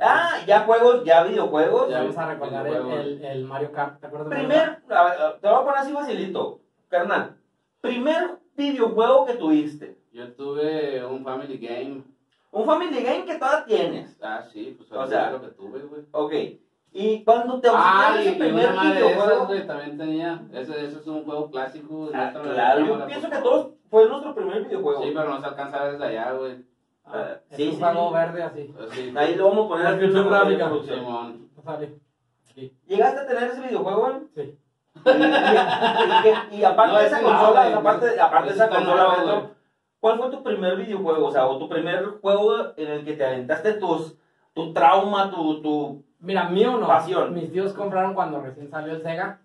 Speaker 2: Ah, ya juegos, ya videojuegos.
Speaker 3: Ya.
Speaker 4: vamos a recordar el,
Speaker 3: videojuegos.
Speaker 4: el- el Mario Kart. ¿Te acuerdas de Mario Kart?
Speaker 2: Primer, a ver, te voy a poner así facilito, carnal. Primer videojuego que tuviste.
Speaker 3: yo tuve un family game.
Speaker 2: Un Family Game que todavía tienes.
Speaker 3: Ah, sí, pues
Speaker 2: O
Speaker 3: o
Speaker 2: sea,
Speaker 3: sea, lo que tuve, güey.
Speaker 2: Ok. ¿Y cuando te
Speaker 3: Ah,
Speaker 2: obsesionaste
Speaker 3: y
Speaker 2: el
Speaker 3: y
Speaker 2: primer
Speaker 3: una madre de esas,
Speaker 2: videojuego?
Speaker 3: güey, también tenía. Ese, ese es un juego clásico. de
Speaker 2: Ah,
Speaker 3: nuestra-
Speaker 2: claro,
Speaker 3: la- pues.
Speaker 2: yo pienso que todos fue nuestro primer videojuego.
Speaker 3: Sí, pero no se alcanza a ver desde allá, güey.
Speaker 4: Ah,
Speaker 2: Eh,
Speaker 4: es
Speaker 2: sí,
Speaker 4: un
Speaker 2: sí,
Speaker 4: juego
Speaker 2: sí.
Speaker 4: verde así.
Speaker 3: Así,
Speaker 2: Ahí lo vamos a poner
Speaker 4: La
Speaker 2: aquí en
Speaker 4: descripción
Speaker 2: la
Speaker 4: gráfica.
Speaker 2: producción.
Speaker 3: Simón.
Speaker 4: No sale. Sí.
Speaker 2: ¿Llegaste a tener ese videojuego, güey?
Speaker 4: sí.
Speaker 2: Y, y- y- y aparte
Speaker 3: No,
Speaker 2: de
Speaker 3: ese
Speaker 2: esa
Speaker 3: no,
Speaker 2: consola,
Speaker 3: güey.
Speaker 2: aparte, aparte de esa
Speaker 3: Ese está
Speaker 2: consola,
Speaker 3: nuevo,
Speaker 2: Beto,
Speaker 3: güey.
Speaker 2: ¿cuál fue tu primer videojuego? O sea, o tu primer juego en el que te aventaste tus, tu trauma, tu, tu...
Speaker 4: Mira, mío no.
Speaker 2: Pasión.
Speaker 4: Mis tíos compraron cuando recién salió el Sega.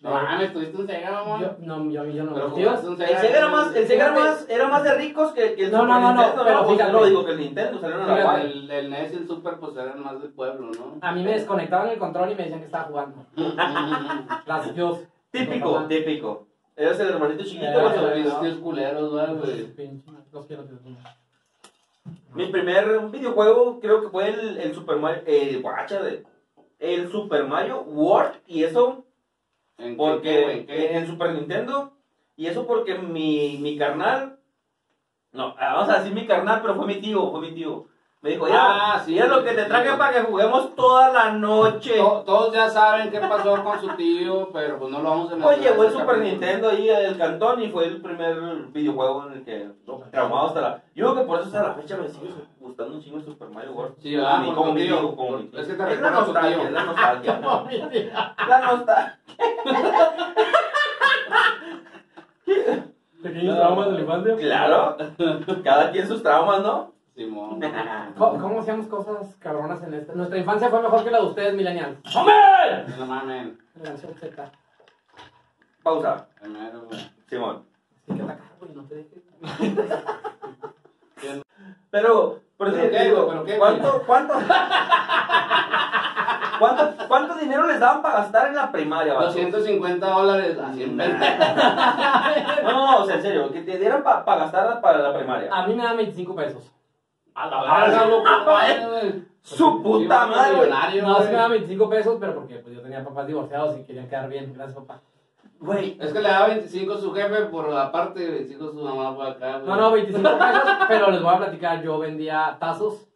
Speaker 3: No mames, tuviste un Sega, mamón.
Speaker 4: Yo, no, yo, yo no.
Speaker 3: Pero
Speaker 4: Mis tíos.
Speaker 3: jugaste un
Speaker 2: El Sega era más, el Sega era
Speaker 4: Fíjate.
Speaker 2: más, era más de ricos que, que el
Speaker 4: No,
Speaker 2: Super
Speaker 4: no, no, no,
Speaker 2: Nintendo, no,
Speaker 4: pero
Speaker 2: Pues yo
Speaker 4: fíjate.
Speaker 2: no digo que el Nintendo salió en la
Speaker 4: Fíjate.
Speaker 2: guay.
Speaker 3: El, el NES y el Super pues eran más del pueblo, ¿no?
Speaker 4: A mí me desconectaban el control y me decían que estaba jugando. Las tíos.
Speaker 2: Típico, típico. Eres el hermanito chiquito.
Speaker 4: Eh,
Speaker 2: más o
Speaker 3: Los
Speaker 2: menos,
Speaker 3: mis
Speaker 2: ¿no?
Speaker 3: tíos culeros, ¿verdad, güey.
Speaker 4: Pinche, Los quiero tíos.
Speaker 2: Mi primer videojuego creo que fue el, el Super Mario, el guacha de... El Super Mario World y eso
Speaker 3: ¿En qué,
Speaker 2: Porque eh,
Speaker 3: güey? ¿En
Speaker 2: en
Speaker 3: qué?
Speaker 2: el Super Nintendo, y eso porque mi, mi carnal, no, ah, vamos a decir mi carnal, pero fue mi tío, fue mi tío. Me dijo, ya,
Speaker 3: Ah, sí,
Speaker 2: ya lo que te traje para que juguemos toda la noche.
Speaker 3: To- Todos ya saben qué pasó con su tío, pero pues no lo vamos a
Speaker 2: Pues llegó el
Speaker 3: este
Speaker 2: Super
Speaker 3: capítulo.
Speaker 2: Nintendo ahí al cantón y fue el primer videojuego en el que no, traumado hasta la. Yo creo que por eso hasta la fecha me sigue gustando un chingo el Super Mario World.
Speaker 3: Sí, ¿verdad?
Speaker 2: A mí,
Speaker 3: Por
Speaker 2: como
Speaker 3: tu
Speaker 2: mi
Speaker 3: tío.
Speaker 2: tío, como mi tío.
Speaker 3: Es que te
Speaker 2: la
Speaker 3: recuerda a su
Speaker 2: nostalgia,
Speaker 3: tío.
Speaker 2: es la nostalgia.
Speaker 4: No, mi tía.
Speaker 2: La nostalgia.
Speaker 4: Pequeños traumas de la infancia.
Speaker 2: Claro, cada quien sus traumas, ¿no?
Speaker 3: Simón.
Speaker 4: ¿Cómo, cómo hacíamos cosas cabronas en esta? Nuestra infancia fue mejor que la de ustedes, millennials.
Speaker 2: ¡Hombre!
Speaker 3: No mames.
Speaker 4: Generación Z. Así
Speaker 2: Pausa,
Speaker 3: Primero, güey.
Speaker 2: Simón.
Speaker 4: que la cago y no te dejes.
Speaker 2: Pero, por eso
Speaker 3: ¿Pero
Speaker 2: te
Speaker 3: qué,
Speaker 2: digo,
Speaker 3: güey? ¿Pero qué,
Speaker 2: ¿cuánto, cuánto, cuánto, cuánto dinero les daban para gastar en la primaria, vato?
Speaker 3: 250 dólares a 100 pesos.
Speaker 2: No, no, o sea, en serio, que te dieran para gastar para la primaria.
Speaker 4: A mí me dan 25 pesos.
Speaker 3: A
Speaker 2: Ah,
Speaker 3: la verga,
Speaker 2: sí.
Speaker 3: loco.
Speaker 2: Ah, pa' él.
Speaker 3: güey.
Speaker 2: Su puta
Speaker 3: Sí,
Speaker 2: madre, güey.
Speaker 3: millonario,
Speaker 4: No, sí
Speaker 3: güey.
Speaker 4: me daban 25 pesos, pero porque pues, yo tenía papás divorciados y querían quedar bien. Gracias, papá.
Speaker 2: Güey,
Speaker 3: Es que le da 25 su jefe por aparte, 25 su mamá por acá, güey.
Speaker 4: No, no, 25 pesos, pero les voy a platicar. Yo vendía tazos.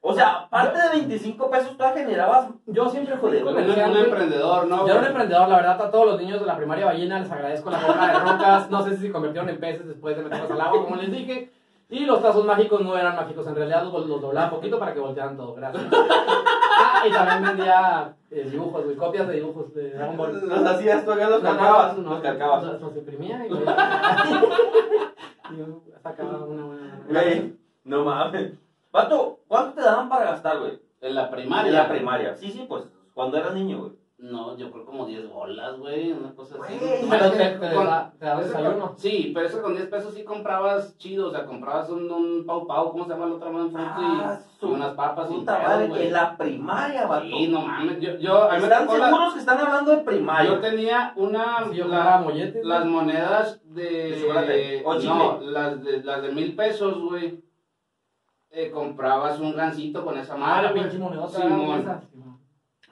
Speaker 2: o sea, aparte de 25 pesos, tú generabas...
Speaker 4: Yo siempre fui
Speaker 2: Joder,
Speaker 3: Pero no es un
Speaker 4: comerciante.
Speaker 3: emprendedor, ¿no?
Speaker 4: Yo era un emprendedor, la verdad, a todos los niños de la primaria ballena les agradezco la gorra de rocas. No sé si se convirtieron en peces después de meterlos al agua, como les dije. Y los tazos mágicos no eran mágicos, en realidad los, los doblaba poquito para que voltearan todo. Gracias. Ah, y también vendía eh, dibujos, güey, copias de dibujos de Dragon Ball.
Speaker 2: Los hacías tú acá, los
Speaker 4: No, no,
Speaker 2: calcabas,
Speaker 4: no,
Speaker 2: los calcabas.
Speaker 4: Los, los imprimía y güey, y yo sacaba una buena.
Speaker 2: Güey, no mames. Vato, ¿cuánto te daban para gastar, güey?
Speaker 3: En la primaria.
Speaker 2: En la primaria. Sí, sí, pues, cuando eras niño, güey.
Speaker 3: No, yo creo como 10 bolas, güey, una cosa así.
Speaker 2: Güey.
Speaker 4: Pero
Speaker 3: Es
Speaker 4: te,
Speaker 3: que
Speaker 4: te,
Speaker 3: con-
Speaker 4: da, te da
Speaker 3: eso
Speaker 4: desayuno.
Speaker 3: con- Sí, pero eso con 10 pesos sí comprabas chido, o sea, comprabas un, un pau pau, ¿cómo se llama la otra mano enfrente?
Speaker 2: Ah,
Speaker 3: y, y
Speaker 2: su
Speaker 3: unas papas y
Speaker 2: Puta madre,
Speaker 3: güey.
Speaker 2: en la primaria, vato.
Speaker 3: Sí, no mames, yo, yo a mí me
Speaker 2: ¿Están
Speaker 3: tocó la-
Speaker 2: seguros que están hablando de
Speaker 3: Yo
Speaker 2: primaria?
Speaker 3: tenía una...
Speaker 4: Sí, yo
Speaker 3: la-
Speaker 4: compraba molletes.
Speaker 3: las monedas
Speaker 2: De chocolate, Oh,
Speaker 3: de...
Speaker 2: o chicle.
Speaker 3: no, las de, las de mil pesos, güey. Eh, comprabas un gancito con esa
Speaker 4: Ah,
Speaker 3: madre,
Speaker 4: la
Speaker 3: güey.
Speaker 4: pinche monedota.
Speaker 3: Simón.
Speaker 4: esa, Simón.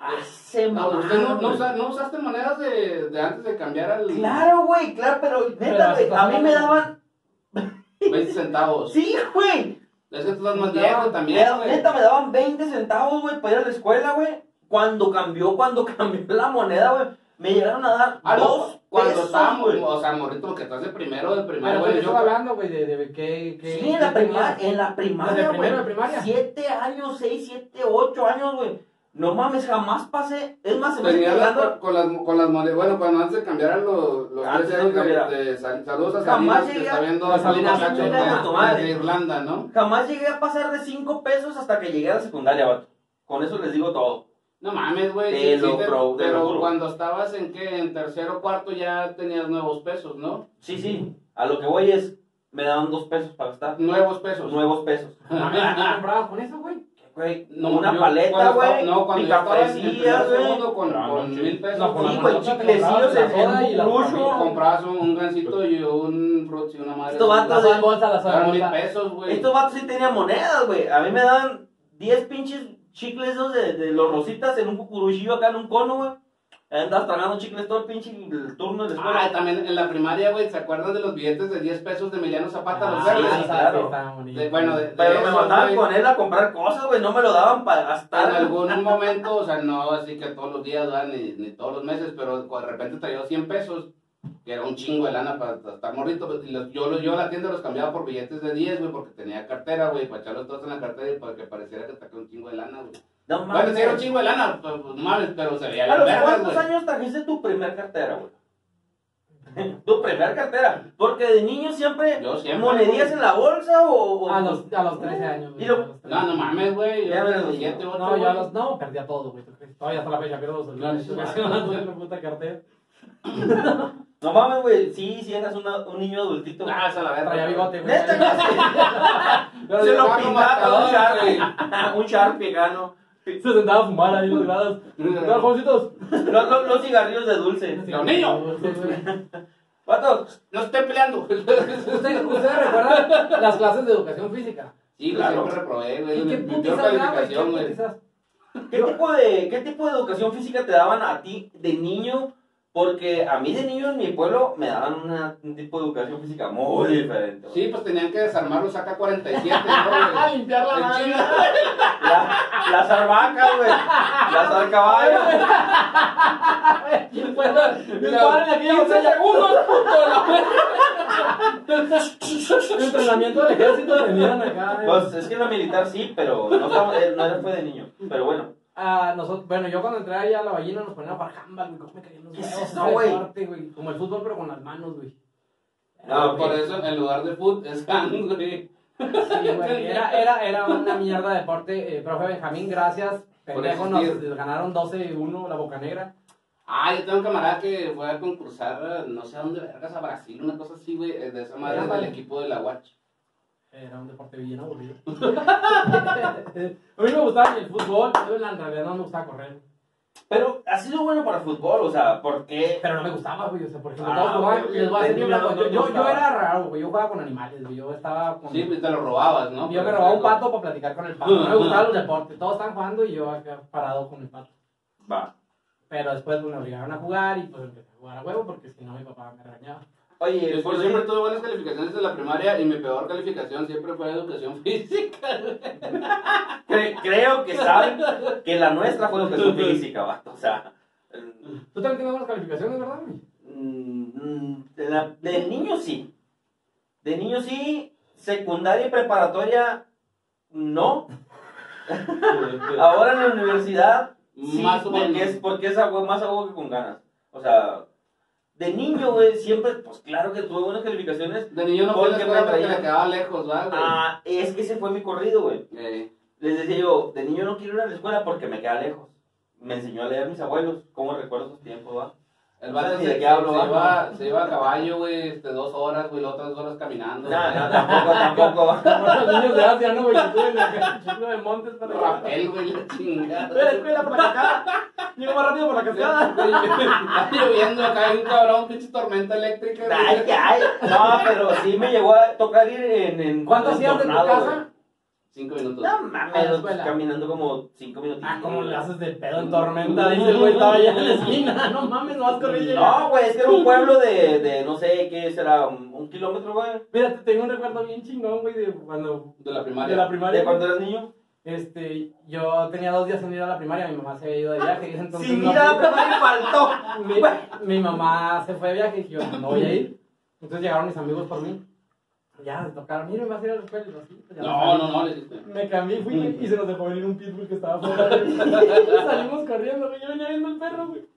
Speaker 2: Ah, se
Speaker 3: No,
Speaker 2: mamaron,
Speaker 3: ¿Usted no, no,
Speaker 2: Ah, güey.
Speaker 3: usa- no usaste monedas de, de antes de cambiar al
Speaker 2: Claro, güey, claro, pero neta,
Speaker 4: Pero
Speaker 2: güey, a
Speaker 4: así
Speaker 2: mí me
Speaker 4: pasaba.
Speaker 2: daban...
Speaker 3: 20 centavos?
Speaker 2: Sí, güey.
Speaker 3: Es que tú estás más
Speaker 4: Ya,
Speaker 3: viejo
Speaker 2: Me
Speaker 3: también,
Speaker 2: da-
Speaker 3: güey.
Speaker 2: Neta, me daban 20 centavos, güey, para ir a la escuela, güey. Cuando cambió, cuando cambió la moneda, güey, me llegaron a dar
Speaker 3: Ah, no,
Speaker 2: dos
Speaker 3: cuando
Speaker 2: pesos,
Speaker 3: estábamos,
Speaker 2: güey.
Speaker 3: o sea, morrito, porque estás de primero, de primero,
Speaker 4: Pero
Speaker 3: güey.
Speaker 4: te
Speaker 3: Yo,
Speaker 4: estaba hablando, güey, de, de qué... qué
Speaker 2: Sí, en la,
Speaker 4: qué
Speaker 2: prima-
Speaker 4: tenías.
Speaker 2: en la primaria,
Speaker 4: Desde
Speaker 2: güey.
Speaker 4: primero de primaria.
Speaker 2: Siete años, seis, siete, ocho años, güey. No mames, jamás pasé. Es más, se me
Speaker 3: tenía
Speaker 2: está
Speaker 3: la-
Speaker 2: llegando-
Speaker 3: con, las, con las monedas, bueno, cuando antes de cambiar a los, los
Speaker 2: Antes
Speaker 3: tres
Speaker 2: de
Speaker 3: euros
Speaker 2: cambiar.
Speaker 3: de, de sal- saludos a
Speaker 2: Jamás
Speaker 3: Salinas, que
Speaker 2: llegué
Speaker 3: está
Speaker 2: a-
Speaker 3: viendo
Speaker 4: a
Speaker 3: a Salinas
Speaker 4: Salinas,
Speaker 3: Cacho
Speaker 2: chinga
Speaker 3: de-
Speaker 2: tu madre.
Speaker 3: de Irlanda, ¿no?
Speaker 2: Jamás llegué a pasar de cinco pesos hasta que llegué a la secundaria, vato. Con eso les digo todo.
Speaker 3: No mames, güey.
Speaker 2: Te
Speaker 3: sí, sí,
Speaker 2: lo
Speaker 3: te-
Speaker 2: pro- te lo
Speaker 3: pero
Speaker 2: juro.
Speaker 3: cuando estabas en qué, en tercero o cuarto ya tenías nuevos pesos, ¿no?
Speaker 2: Sí, sí. A lo que voy es, me daban dos pesos para gastar.
Speaker 3: Nuevos pesos.
Speaker 2: Nuevos pesos.
Speaker 4: Mames, ¿qué comprabas con eso, güey?
Speaker 2: Güey,
Speaker 3: No,
Speaker 2: una
Speaker 3: yo
Speaker 2: paleta,
Speaker 3: cuando
Speaker 2: güey.
Speaker 3: estaba- No, cuando
Speaker 2: pica
Speaker 3: yo estaba en el
Speaker 2: fresillas,
Speaker 3: primer
Speaker 2: güey.
Speaker 3: segundo con,
Speaker 5: No,
Speaker 3: con
Speaker 5: no,
Speaker 3: mil pesos.
Speaker 4: no, con la
Speaker 3: y
Speaker 2: Sí,
Speaker 4: mano.
Speaker 2: güey,
Speaker 4: manota te
Speaker 2: chiclecillos
Speaker 4: comprabas
Speaker 2: en
Speaker 4: la soda y
Speaker 2: el
Speaker 4: la
Speaker 2: brucho.
Speaker 3: comprabas un, un gancito y un frutzi, una madre.
Speaker 2: Estos
Speaker 3: así.
Speaker 2: vatos-
Speaker 4: Las
Speaker 2: Entonces,
Speaker 4: bolsas, las
Speaker 3: Eran mil
Speaker 4: bolsas.
Speaker 3: pesos, güey.
Speaker 2: Estos vatos sí tenían monedas, güey. A mí me daban 10 pinches chicles esos de, de los rositas en un cucuruchillo acá en un cono, güey. Andas tragando chicles todo el pinche el turno de la escuela.
Speaker 3: Ah, también en la primaria, güey, ¿se acuerdan de los billetes de 10 pesos de Emiliano Zapata, los
Speaker 4: Ah,
Speaker 3: verdes?
Speaker 4: esas,
Speaker 2: claro.
Speaker 4: estaban bonitas.
Speaker 3: De- bueno, de-
Speaker 2: Pero me
Speaker 3: esos,
Speaker 2: mandaban
Speaker 3: güey.
Speaker 2: con él a comprar cosas, güey. No me lo daban para
Speaker 3: En
Speaker 2: gastar.
Speaker 3: algún momento, o sea, no así que todos los días, ¿verdad? ni, ni todos los meses, pero de repente traía 100 pesos, que era un chingo de lana para estar morrito. pues, y los- yo, los- yo a la tienda los cambiaba por billetes de 10, güey, porque tenía cartera, güey, para echarlos todos en la cartera y para que pareciera que saqué un chingo de lana, güey.
Speaker 2: No
Speaker 3: Bueno,
Speaker 2: mames.
Speaker 3: sí era un chingo de lana, pues, pues, no mames, pero se veía
Speaker 2: ¿A
Speaker 3: bien
Speaker 2: los
Speaker 3: vergas,
Speaker 2: cuántos
Speaker 3: güey.
Speaker 2: años trajiste tu primer cartera, güey? tu primer cartera. Porque de niño siempre,
Speaker 3: Yo siempre,
Speaker 2: monedías
Speaker 3: güey.
Speaker 2: en la bolsa o. o-
Speaker 4: A los, a los 13 años, güey.
Speaker 2: Y lo-
Speaker 4: a los 13.
Speaker 3: No, no mames, güey. Yo
Speaker 2: Ya me
Speaker 3: a
Speaker 2: lo
Speaker 3: los
Speaker 2: digo.
Speaker 3: 7, 8,
Speaker 4: No, yo a los. No, perdía todo, güey. Todavía hasta la fecha pierdo los celulares.
Speaker 3: No,
Speaker 4: Yo casi no ando en la puta cartera.
Speaker 2: No mames, güey. Sí, sí, eras una- un niño adultito. güey.
Speaker 3: Ah, esa la verga.
Speaker 4: Traía bigote, güey.
Speaker 2: Neta,
Speaker 4: Yo
Speaker 2: Se lo
Speaker 4: llevaba
Speaker 2: pintaba
Speaker 4: como
Speaker 2: un
Speaker 4: marcador,
Speaker 2: Sharpie.
Speaker 4: güey.
Speaker 2: Un Sharpie, gano.
Speaker 4: Se sentaba a fumar ahí los grados. Los jovencitos. este,
Speaker 2: Los, los, los cigarrillos de dulce.
Speaker 3: Los niños.
Speaker 2: Vatos,
Speaker 3: No estoy peleando.
Speaker 4: ¿Ustedes ustedes recuerdan las clases de educación física?
Speaker 3: Sí, güey,
Speaker 2: Claro.
Speaker 3: siempre reprobé, güey.
Speaker 4: ¿Y
Speaker 3: Mi-
Speaker 4: qué
Speaker 3: mi peor
Speaker 4: putizas era, güey? ¿Qué
Speaker 3: calificación, güey.
Speaker 4: putizas?
Speaker 2: ¿qué tipo, de, ¿qué tipo de educación física te daban a ti de niño? Porque a mí de niño en mi pueblo me daban una- un tipo de educación física muy diferente. güey.
Speaker 3: Sí, pues tenían que desarmar los AK-47, ¿no?
Speaker 4: A
Speaker 3: güey?
Speaker 4: Ah, limpiar la
Speaker 3: En
Speaker 4: madre.
Speaker 3: China.
Speaker 2: La- las arbacas, güey. Las arcaballas.
Speaker 4: ¿Quién fue? Disparen en aquella botella.
Speaker 3: segundos, puto, la verga.
Speaker 4: El entrenamiento del ejército tenían acá. eh.
Speaker 2: Pues es que era militar, sí, pero no, estaba- eh, no era- fue de niño. Pero bueno.
Speaker 4: Ah, nosotros, bueno, yo cuando entré allá a la ballena nos ponían a jugar handball, güey. ¿Cómo me caían los
Speaker 2: ¿Qué es
Speaker 4: huevos?
Speaker 2: eso,
Speaker 4: ese
Speaker 2: güey?
Speaker 4: deporte, güey. Como el fútbol, pero con las manos, güey.
Speaker 2: Ah, ok.
Speaker 3: Por eso, en lugar de food, es hand, güey.
Speaker 4: Sí, güey. Era, era, era una mierda de deporte. Eh, profe Benjamín, gracias. Pendejo, nos
Speaker 3: existir.
Speaker 4: ganaron 12-1 la boca negra.
Speaker 3: Ah, yo tengo un camarada que fue a concursar, no sé a dónde vergas, a Brasil, una cosa así, güey, de esa madre
Speaker 4: Ándale.
Speaker 3: del equipo de la Watch.
Speaker 4: Era un deporte bien aburrido. a mí me gustaba ni el fútbol, yo en la- en realidad no me gustaba correr.
Speaker 2: Pero ha sido bueno para el fútbol, o sea, porque
Speaker 4: Pero no me gustaba, güey. O sea, por ejemplo,
Speaker 2: Ah,
Speaker 4: todos jugaban,
Speaker 2: güey,
Speaker 4: les voy a hacer
Speaker 2: de
Speaker 4: mi
Speaker 2: niño no
Speaker 4: blanco.
Speaker 2: te
Speaker 4: Yo, yo, yo
Speaker 2: gustaba.
Speaker 4: era raro, güey. Yo jugaba con animales, güey. Yo estaba con.
Speaker 3: Sí, pues, te lo robabas, ¿no?
Speaker 4: Yo me robaba un pato para platicar con el pato. No me gustaban los deportes. Todos estaban jugando y yo acá parado con el pato.
Speaker 2: Va.
Speaker 4: Pero después me obligaron a jugar y pues empecé a jugar a huevo porque si no mi papá me regañaba.
Speaker 2: Oye,
Speaker 3: Yo
Speaker 2: por
Speaker 3: siempre
Speaker 2: siempre
Speaker 3: tuve buenas calificaciones de la primaria y mi peor calificación siempre fue educación física.
Speaker 2: cre- creo que saben que la nuestra fue educación física, vato. O sea, mm,
Speaker 4: Tú también tenías buenas calificaciones, ¿verdad? güey?
Speaker 2: mm, de, la- de niño sí. De niño sí, secundaria y preparatoria no. Ahora en la universidad sí,
Speaker 3: Más o
Speaker 2: porque
Speaker 3: menos.
Speaker 2: es, porque es agua, más agua que con ganas. O sea, de niño, güey, siempre, pues claro que tuve buenas calificaciones.
Speaker 3: De niño no fue a la
Speaker 2: Porque
Speaker 3: escuela
Speaker 2: me
Speaker 3: porque
Speaker 2: traía-
Speaker 3: me quedaba lejos, ¿va, güey?
Speaker 2: Ah, es que ese fue mi corrido, güey.
Speaker 3: Eh,
Speaker 2: Les decía yo, de niño no quiero ir a la escuela porque me queda lejos. Me enseñó a leer mis abuelos, cómo recuerdo esos tiempos, ¿va?
Speaker 3: El
Speaker 2: No
Speaker 3: vato
Speaker 2: sé ni
Speaker 3: se,
Speaker 2: de qué hablo,
Speaker 3: se
Speaker 2: ¿va?
Speaker 3: iba, se iba a caballo, güey, este, dos horas, güey, las otras dos horas caminando.
Speaker 2: No, no, tampoco, tampoco, ¿va?
Speaker 4: Como los niños de Asia, ¿no? Güey, que suben acá, chulo de montes para acá.
Speaker 3: Rapel, güey, la
Speaker 4: Voy a la
Speaker 3: chingada.
Speaker 4: escuela por la cascada. Llego más rápido por la cascada.
Speaker 3: Está lloviendo acá, hay un cabrón, pinche tormenta eléctrica. güey.
Speaker 2: Ay, ay. No, pero sí me llegó a tocar ir en. en
Speaker 4: ¿Cuánto
Speaker 2: en
Speaker 4: hacías de tu
Speaker 2: tornado,
Speaker 4: casa?
Speaker 3: Cinco minutos.
Speaker 2: güey. No
Speaker 4: A
Speaker 2: mames,
Speaker 4: la escuela.
Speaker 2: caminando como cinco minutitos.
Speaker 4: Ah, ¿cómo le haces de pedo en tormenta? Dice el güey, estaba allá en la esquina. No mames, no vas a correr.
Speaker 2: No, güey, es que era un pueblo de, de no sé qué será, un, un kilómetro, güey.
Speaker 4: Mira, te tengo un recuerdo bien chingón, güey, de cuando.
Speaker 3: De la
Speaker 4: De la
Speaker 3: primaria.
Speaker 4: primaria.
Speaker 2: ¿De cuando eras niño?
Speaker 4: Este, yo tenía dos días sin ir a la primaria, mi mamá se había ido de viaje y ese entonces
Speaker 2: Sin
Speaker 4: no
Speaker 2: ir a la
Speaker 4: fui.
Speaker 2: primaria faltó.
Speaker 4: mi, mi mamá se fue de viaje y yo no voy a ir. Entonces llegaron mis amigos por mí. Ya se tocaron, mira, me vas a ir a la escuela. Y yo, "Sí, pues ya me
Speaker 3: No,
Speaker 4: cambié".
Speaker 3: no, no, le hiciste.
Speaker 4: Me cambié y fui güey, y se nos dejó venir un pitbull que estaba fuera. Salimos corriendo, güey. Yo venía viendo el perro, güey.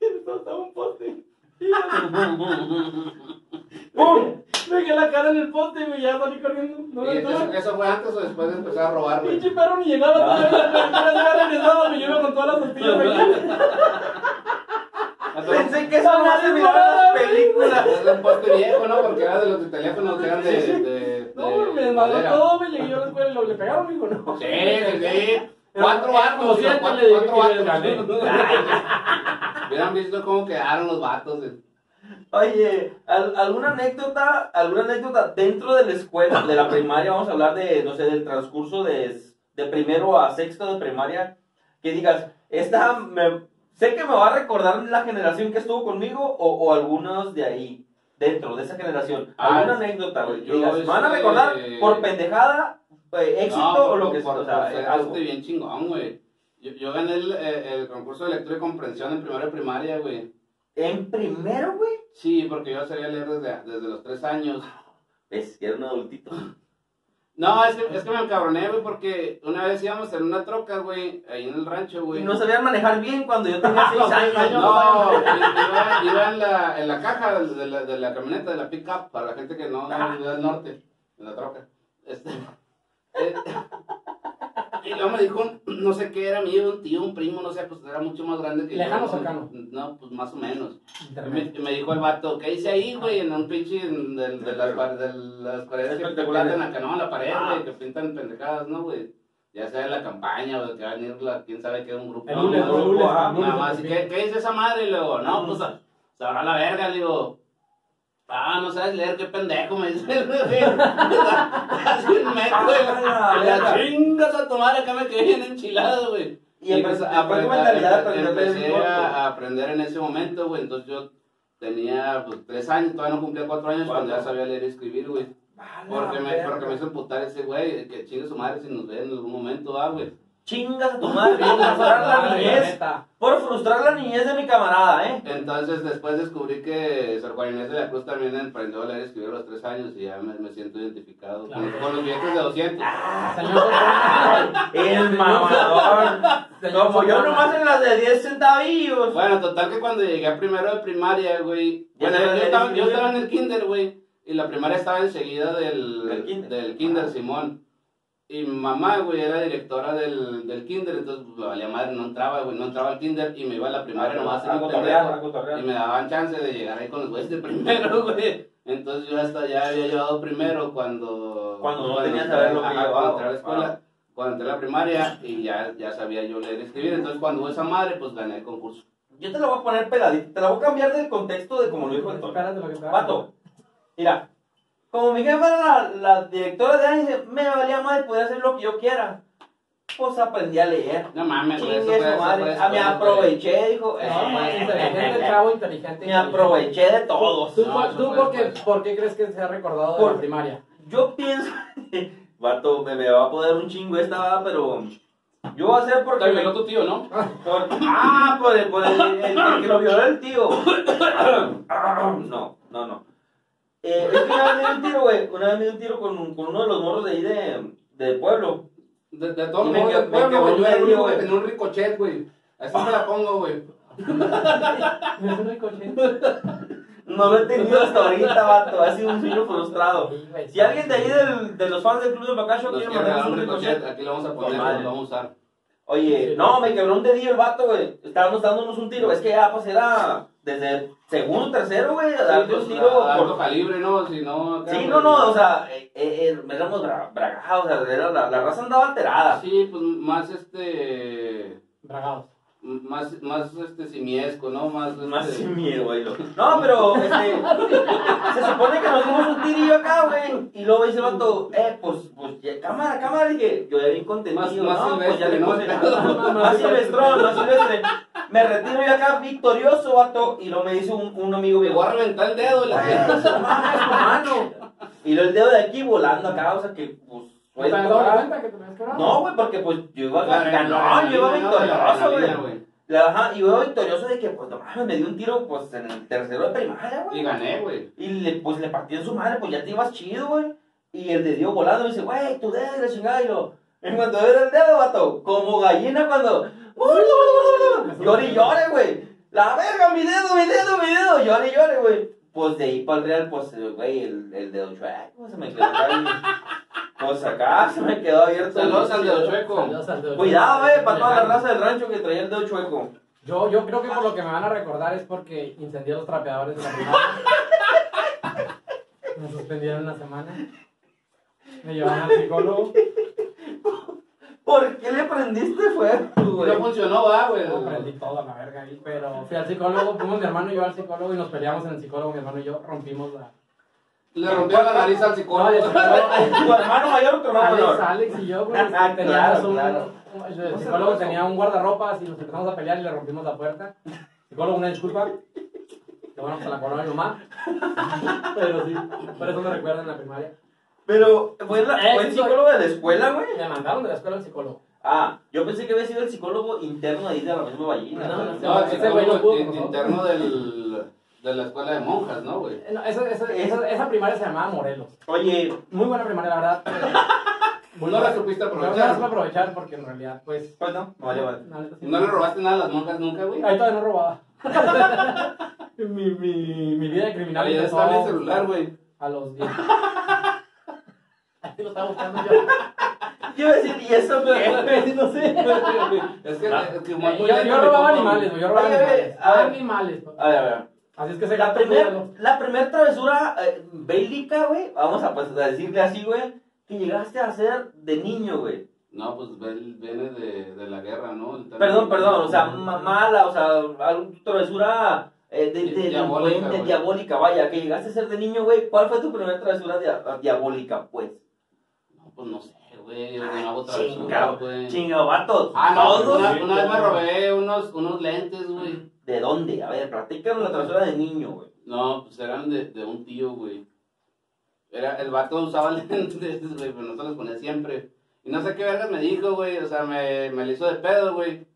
Speaker 4: Y entonces estaba un poste. Y
Speaker 2: ¡Pum!
Speaker 4: Dejé la cara en el poste, güey, ya salí corriendo. No
Speaker 3: Y
Speaker 4: me
Speaker 3: eso, eso fue antes o después de empezar a robar, güey.
Speaker 4: Pinche perro ni llegaba todavía, güey, apenas iba regresado, me llevo con todas las tortillas, güey.
Speaker 3: Hasta luego.
Speaker 2: Pensé que eso me hace mirar las películas.
Speaker 3: Es un poste viejo, ¿no? Porque era de los de teléfonos que eran de. de, de
Speaker 4: No, güey, me desmadró
Speaker 3: madera.
Speaker 4: todo, güey, llegué yo a la escuela y lo- le pegaron, digo, no.
Speaker 3: Sí, sí, sí.
Speaker 4: Pero,
Speaker 3: Cuatro
Speaker 4: eh,
Speaker 3: vatos,
Speaker 4: como
Speaker 3: digo,
Speaker 4: siempre
Speaker 3: cuatro,
Speaker 4: le dije
Speaker 3: cuatro
Speaker 4: que les
Speaker 3: vatos. Hubieran visto cómo quedaron los vatos. eh.
Speaker 2: Oye, ¿al- ¿alguna anécdota, alguna anécdota dentro de la escuela, de la primaria? Vamos a hablar de, no sé, del transcurso de, de primero a sexto de primaria. Que digas, esta me- sé que me va a recordar la generación que estuvo conmigo o, o algunos de ahí, dentro de esa generación.
Speaker 3: Ah,
Speaker 2: ¿Alguna anécdota, güey? Que
Speaker 3: yo,
Speaker 2: digas, me van a
Speaker 3: este,
Speaker 2: recordar por pendejada, eh, éxito
Speaker 3: No,
Speaker 2: o lo
Speaker 3: por-
Speaker 2: que sea.
Speaker 3: por-
Speaker 2: o sea,
Speaker 3: por ser
Speaker 2: eh, algo.
Speaker 3: este bien chingón, güey. Yo, yo gané el, eh, el concurso de lectura y comprensión en primaria y primaria, güey.
Speaker 2: En primero, güey.
Speaker 3: Sí, porque yo sabía leer desde, desde los tres años.
Speaker 2: Es que era un adultito.
Speaker 3: No, es que, es que me encabroné, güey, porque una vez íbamos en una troca, güey, ahí en el rancho, güey.
Speaker 2: Y no sabían manejar bien cuando yo
Speaker 4: Ah,
Speaker 2: tenía 6 años.
Speaker 3: No, iba, iba en, la, en la caja de la, de la camioneta, de la pick-up, para la gente que no
Speaker 4: Ah.
Speaker 3: no vive del norte, en la troca. Este, eh, y luego me dijo, un- no sé qué era, mío, un tío, un primo, no sé, pues era mucho más grande que yo.
Speaker 4: ¿Lejano o
Speaker 3: No,
Speaker 4: cercano?
Speaker 3: No, pues más o menos. Y me,
Speaker 4: Internet.
Speaker 3: y me dijo el vato, ¿qué hice ahí, güey? En un pinche en- del- de, las, par- de las paredes que
Speaker 2: Espectaculares.
Speaker 3: pintan acá, no, la pared,
Speaker 2: Ah.
Speaker 3: güey, que pintan pendejadas, ¿no, güey? Ya sea la campaña, güey, que va a venir la, quién sabe qué, un grupo.
Speaker 4: El
Speaker 3: ¿no?
Speaker 4: lunes,
Speaker 3: Nada
Speaker 4: el lunes,
Speaker 2: ah,
Speaker 4: el lunes.
Speaker 3: más, así que, ¿qué dice esa madre? Y luego, no, pues, a- sabrá la verga, le digo. Ah, no sabes leer, qué pendejo, me dice el güey. Así un metro,
Speaker 2: Ah, la
Speaker 3: güey.
Speaker 2: verga.
Speaker 3: La chingas a tomar, acá me quedé bien enchilado, güey.
Speaker 2: Y empecé,
Speaker 3: Entonces,
Speaker 2: fue
Speaker 3: aprend-
Speaker 2: tu mentalidad
Speaker 3: aprend-
Speaker 2: para
Speaker 3: empecé a, a aprender en ese momento, güey. Entonces yo tenía pues, tres años, todavía no cumplía cuatro años cuando ya
Speaker 2: Cuatro.
Speaker 3: sabía leer y escribir, güey. Porque me, porque me hizo emputar ese güey, que chingue su madre si nos ve en algún momento, ah, güey.
Speaker 2: Chingas a tu madre por frustrar
Speaker 3: Ah,
Speaker 2: la
Speaker 4: Ay, la
Speaker 2: niñez.
Speaker 4: neta.
Speaker 2: Por frustrar la niñez de mi camarada, ¿eh?
Speaker 3: Entonces después descubrí que Sor Juan Inés de la Cruz también emprendió a leer y escribir a los tres años y ya me, me siento identificado con-
Speaker 4: Claro.
Speaker 3: con, los billetes de 200.
Speaker 2: Ah.
Speaker 4: Señor Sor
Speaker 2: El mamador.
Speaker 4: Juana.
Speaker 2: Como yo nomás en las de 10 centavillos.
Speaker 3: Bueno, total que cuando llegué a primero de primaria, güey.
Speaker 2: Ya
Speaker 3: Bueno, yo,
Speaker 2: sabes leer y
Speaker 3: estaba, yo
Speaker 2: escribir.
Speaker 3: estaba en el kinder, güey. Y la primaria estaba enseguida
Speaker 2: Del
Speaker 3: del,
Speaker 2: kinder.
Speaker 3: del kinder,
Speaker 2: Ah.
Speaker 3: Simón. Y mi mamá, güey, era directora del, del kinder, entonces pues, me valía madre, no entraba, güey, no entraba al kinder y me iba a la primaria nomás en el pendejo. Y me daban chance de llegar ahí con los güeyes de primero, güey. Entonces yo hasta ya había llevado primero cuando...
Speaker 2: Cuando no
Speaker 3: tenía
Speaker 2: tenías saber lo que llevaba.
Speaker 3: Cuando entré a la escuela, cuando entré a la primaria y ya, ya sabía yo leer y escribir. Entonces cuando hubo esa madre, pues gané el concurso.
Speaker 2: Yo te la voy a poner peladita. Te la voy a cambiar del contexto de como lo dijo Antonio.
Speaker 4: Espérate lo que estaba-
Speaker 2: Vato, mira, como mi jefa era la, la directora de Ángel, me valía madre, podía hacer lo que yo quiera. Pues aprendí a leer.
Speaker 3: No mames, güey,
Speaker 2: Chingue su
Speaker 3: eso fue- eso
Speaker 2: madre.
Speaker 3: fue
Speaker 2: Ah, me
Speaker 3: escuela,
Speaker 2: aproveché, dijo.
Speaker 4: No, más inteligente,
Speaker 2: Me
Speaker 4: chavo, inteligente.
Speaker 2: aproveché de todos.
Speaker 4: ¿Tú,
Speaker 3: No,
Speaker 4: por-
Speaker 3: eso
Speaker 4: tú
Speaker 3: fue
Speaker 4: por, qué,
Speaker 3: después.
Speaker 4: por qué crees que se ha recordado de
Speaker 2: Por-
Speaker 4: la primaria?
Speaker 2: Yo pienso. Vato, me, me va a poder un chingo esta, va, pero. Yo voy a hacer
Speaker 3: güey.
Speaker 2: porque.
Speaker 3: Te violó tu tío, ¿no?
Speaker 2: por- ah, por el, por el, el- el que lo violó el tío. no, no, no. Eh, es que una vez me dio un tiro, güey. Una vez me dio un tiro con, un- con uno de los morros de ahí de, de pueblo.
Speaker 3: De, de todos
Speaker 2: Y
Speaker 3: los
Speaker 2: me
Speaker 3: modos
Speaker 2: quedó-
Speaker 3: del pueblo,
Speaker 2: me
Speaker 3: güey.
Speaker 2: quedó
Speaker 3: Yo era el
Speaker 2: medio,
Speaker 3: único que
Speaker 2: güey.
Speaker 3: tenía un ricochet, güey. Así me la pongo, güey.
Speaker 4: Es un ricochet.
Speaker 2: Pues, No lo he tenido hasta ahorita, vato. Ha sido un sueño frustrado.
Speaker 4: Sí, güey,
Speaker 2: Si alguien de ahí del- de los fans del Club de Bacacho
Speaker 3: Los
Speaker 2: quiere
Speaker 3: que
Speaker 2: mandar un
Speaker 3: regalaron un
Speaker 2: ricochet,
Speaker 3: ricochet, aquí lo vamos a
Speaker 2: Con
Speaker 3: poner, lo
Speaker 2: madre.
Speaker 3: vamos a usar.
Speaker 2: Oye,
Speaker 4: Sí.
Speaker 2: no, me quebró un dedillo el vato, güey. Estábamos dándonos un tiro. Es que ya, pues era desde segundo, tercero, güey, a darte un tiro.
Speaker 3: pues, A
Speaker 2: por-
Speaker 3: alto calibre, ¿no? Si no... acá,
Speaker 2: Sí,
Speaker 3: güey.
Speaker 2: no, no, o sea, eh, eh, eh, éramos bra- bragados, o sea, era la, la raza andaba alterada.
Speaker 3: Sí, pues más este...
Speaker 4: Bragados.
Speaker 3: Más, más este simiesco, ¿no? Más, este,
Speaker 2: Pues Más sin miedo, güey. lo- No, pero este, se supone que nos dimos un tirillo acá, güey. Y luego dice el vato, eh, pues, pues, ya, cámara, cámara. Dije, yo ya bien contento.
Speaker 3: Más-
Speaker 2: no,
Speaker 3: más
Speaker 2: pues ya le
Speaker 3: silvestre, ¿no?
Speaker 2: puse- Más silvestrón, más silvestre. Me retiro yo acá victorioso, vato. Y luego me dice un, un amigo
Speaker 3: Me
Speaker 2: mío,
Speaker 3: voy a reventar el dedo, la
Speaker 2: Bueno, no mames, tu mano. Y luego el dedo de aquí volando acá, o sea que, pues, fue-
Speaker 4: ¿Te has dado cuenta que te me has quebrado?
Speaker 2: No, güey, porque pues yo iba
Speaker 3: La adrenalina,
Speaker 2: ganando, yo iba
Speaker 3: ¿no? La adrenalina,
Speaker 2: victorioso, güey. La- Ajá, y iba victorioso de que, pues, no mames, me dio un tiro, pues, en el tercero de primaria,
Speaker 3: güey. Y
Speaker 2: güey.
Speaker 3: gané, güey.
Speaker 2: Y le, pues, le partí en su madre, pues, ya te ibas chido, güey. Y el de Dios volando me dice, güey, tu dedo, y la chingada, y lo... En cuanto era el dedo, vato, como gallina cuando... Llore y llore, güey. La verga, mi dedo, mi dedo, mi dedo. Llore y llore, güey. Pues de ahí para el Real, pues, eh, güey, el, el dedo chueco se me quedó ahí. Pues acá se me quedó abierto.
Speaker 3: Saludos al dedo chueco.
Speaker 4: Saludos al dedo.
Speaker 2: Cuidado, güey, para toda la raza del rancho que traía el dedo chueco.
Speaker 4: Yo, yo creo que por lo que me van a recordar es porque incendié los trapeadores de la primaria. Me suspendieron una semana. Me llevaron al psicólogo.
Speaker 2: ¿Por qué le prendiste fuego, güey?
Speaker 3: No funcionó, va, güey.
Speaker 4: No, Aprendí todo a la verga ahí, pero fui al psicólogo. Fuimos mi hermano y yo al psicólogo y nos peleamos en el psicólogo. Mi hermano y yo rompimos la.
Speaker 3: Le rompió la nariz al
Speaker 4: No, el
Speaker 3: psicólogo.
Speaker 4: psicólogo.
Speaker 2: ¿Tu hermano mayor o tu hermano
Speaker 4: Alex,
Speaker 2: menor?
Speaker 4: Alex y yo, güey, este,
Speaker 2: Ah,
Speaker 4: teníamos
Speaker 2: claro,
Speaker 4: un,
Speaker 2: claro.
Speaker 4: un- El psicólogo tenía un guardarropas y nos empezamos a pelear y le rompimos la puerta. Psicólogo, una disculpa. Que bueno, se la cobró mi mamá. Pero sí, por eso me recuerdan en la primaria.
Speaker 2: Pero, ¿fue, la-
Speaker 4: Eh,
Speaker 2: fue el
Speaker 4: sí,
Speaker 2: psicólogo de la escuela, güey?
Speaker 4: Me mandaron de la escuela al psicólogo.
Speaker 2: Ah, yo pensé que había sido el psicólogo interno ahí de la misma ballena.
Speaker 4: No,
Speaker 2: güey.
Speaker 3: No,
Speaker 4: Ese güey no pudo,
Speaker 3: el
Speaker 4: ¿no?
Speaker 3: interno del, de la escuela de monjas, ¿no, güey?
Speaker 4: Eh, no, esa, esa- esa- esa primaria se llamaba Morelos.
Speaker 2: Oye,
Speaker 4: Muy buena primaria, la verdad. Muy
Speaker 3: No la
Speaker 4: buena.
Speaker 3: supiste
Speaker 4: No la supe
Speaker 3: aprovechar.
Speaker 4: aprovechar porque en realidad, pues.
Speaker 2: pues no, no vale, vale.
Speaker 4: la neta sí.
Speaker 3: No le robaste nada a las monjas nunca, güey.
Speaker 4: Ahí todavía no robaba. mi, mi, mi vida de criminal
Speaker 3: Ahí
Speaker 4: empezó
Speaker 3: está el celular, güey.
Speaker 4: a los 10. Así lo estaba buscando yo. Ah.
Speaker 2: Yo iba a decir, ¿y eso qué?
Speaker 4: no sé.
Speaker 3: Es que, es que muy-
Speaker 4: Ah. Eh, Yo,
Speaker 3: muy lento
Speaker 4: yo
Speaker 3: el
Speaker 4: robaba
Speaker 3: micrófono.
Speaker 4: animales, güey, yo robaba
Speaker 2: Oye, oye,
Speaker 4: animales.
Speaker 2: a ver.
Speaker 4: Animales. pues.
Speaker 2: A ver, a ver.
Speaker 4: Así es que ese
Speaker 2: La
Speaker 4: gato
Speaker 2: primera
Speaker 4: míralo.
Speaker 2: la primer travesura eh, bélica, güey, vamos a, pues, a decirle así, güey, que llegaste a hacer de niño, güey.
Speaker 3: No, pues ve- viene de, de la guerra, ¿no? El término-
Speaker 2: Perdón, perdón, o sea, ma- mala, o sea, alguna travesura eh, de, de- de-
Speaker 3: Diabólica,
Speaker 2: de-
Speaker 3: güey.
Speaker 2: diabólica, vaya, que llegaste a ser de niño, güey. ¿Cuál fue tu primera travesura dia- diabólica, pues?
Speaker 3: No, pues no sé, güey. Yo
Speaker 2: Ah,
Speaker 3: no hago travesura,
Speaker 2: Chingado,
Speaker 3: güey.
Speaker 2: chingado, vatos.
Speaker 3: Ah, no,
Speaker 2: Todos-
Speaker 3: una, una vez me robé unos, unos lentes, güey.
Speaker 2: ¿De dónde? A ver, platícanos la travesura de niño, güey.
Speaker 3: No, pues eran de, de un tío, güey. Era, el vato usaba lentes, güey, pero no se los ponía siempre. Y no sé qué vergas me dijo, güey. O sea, me, me le hizo de pedo, güey.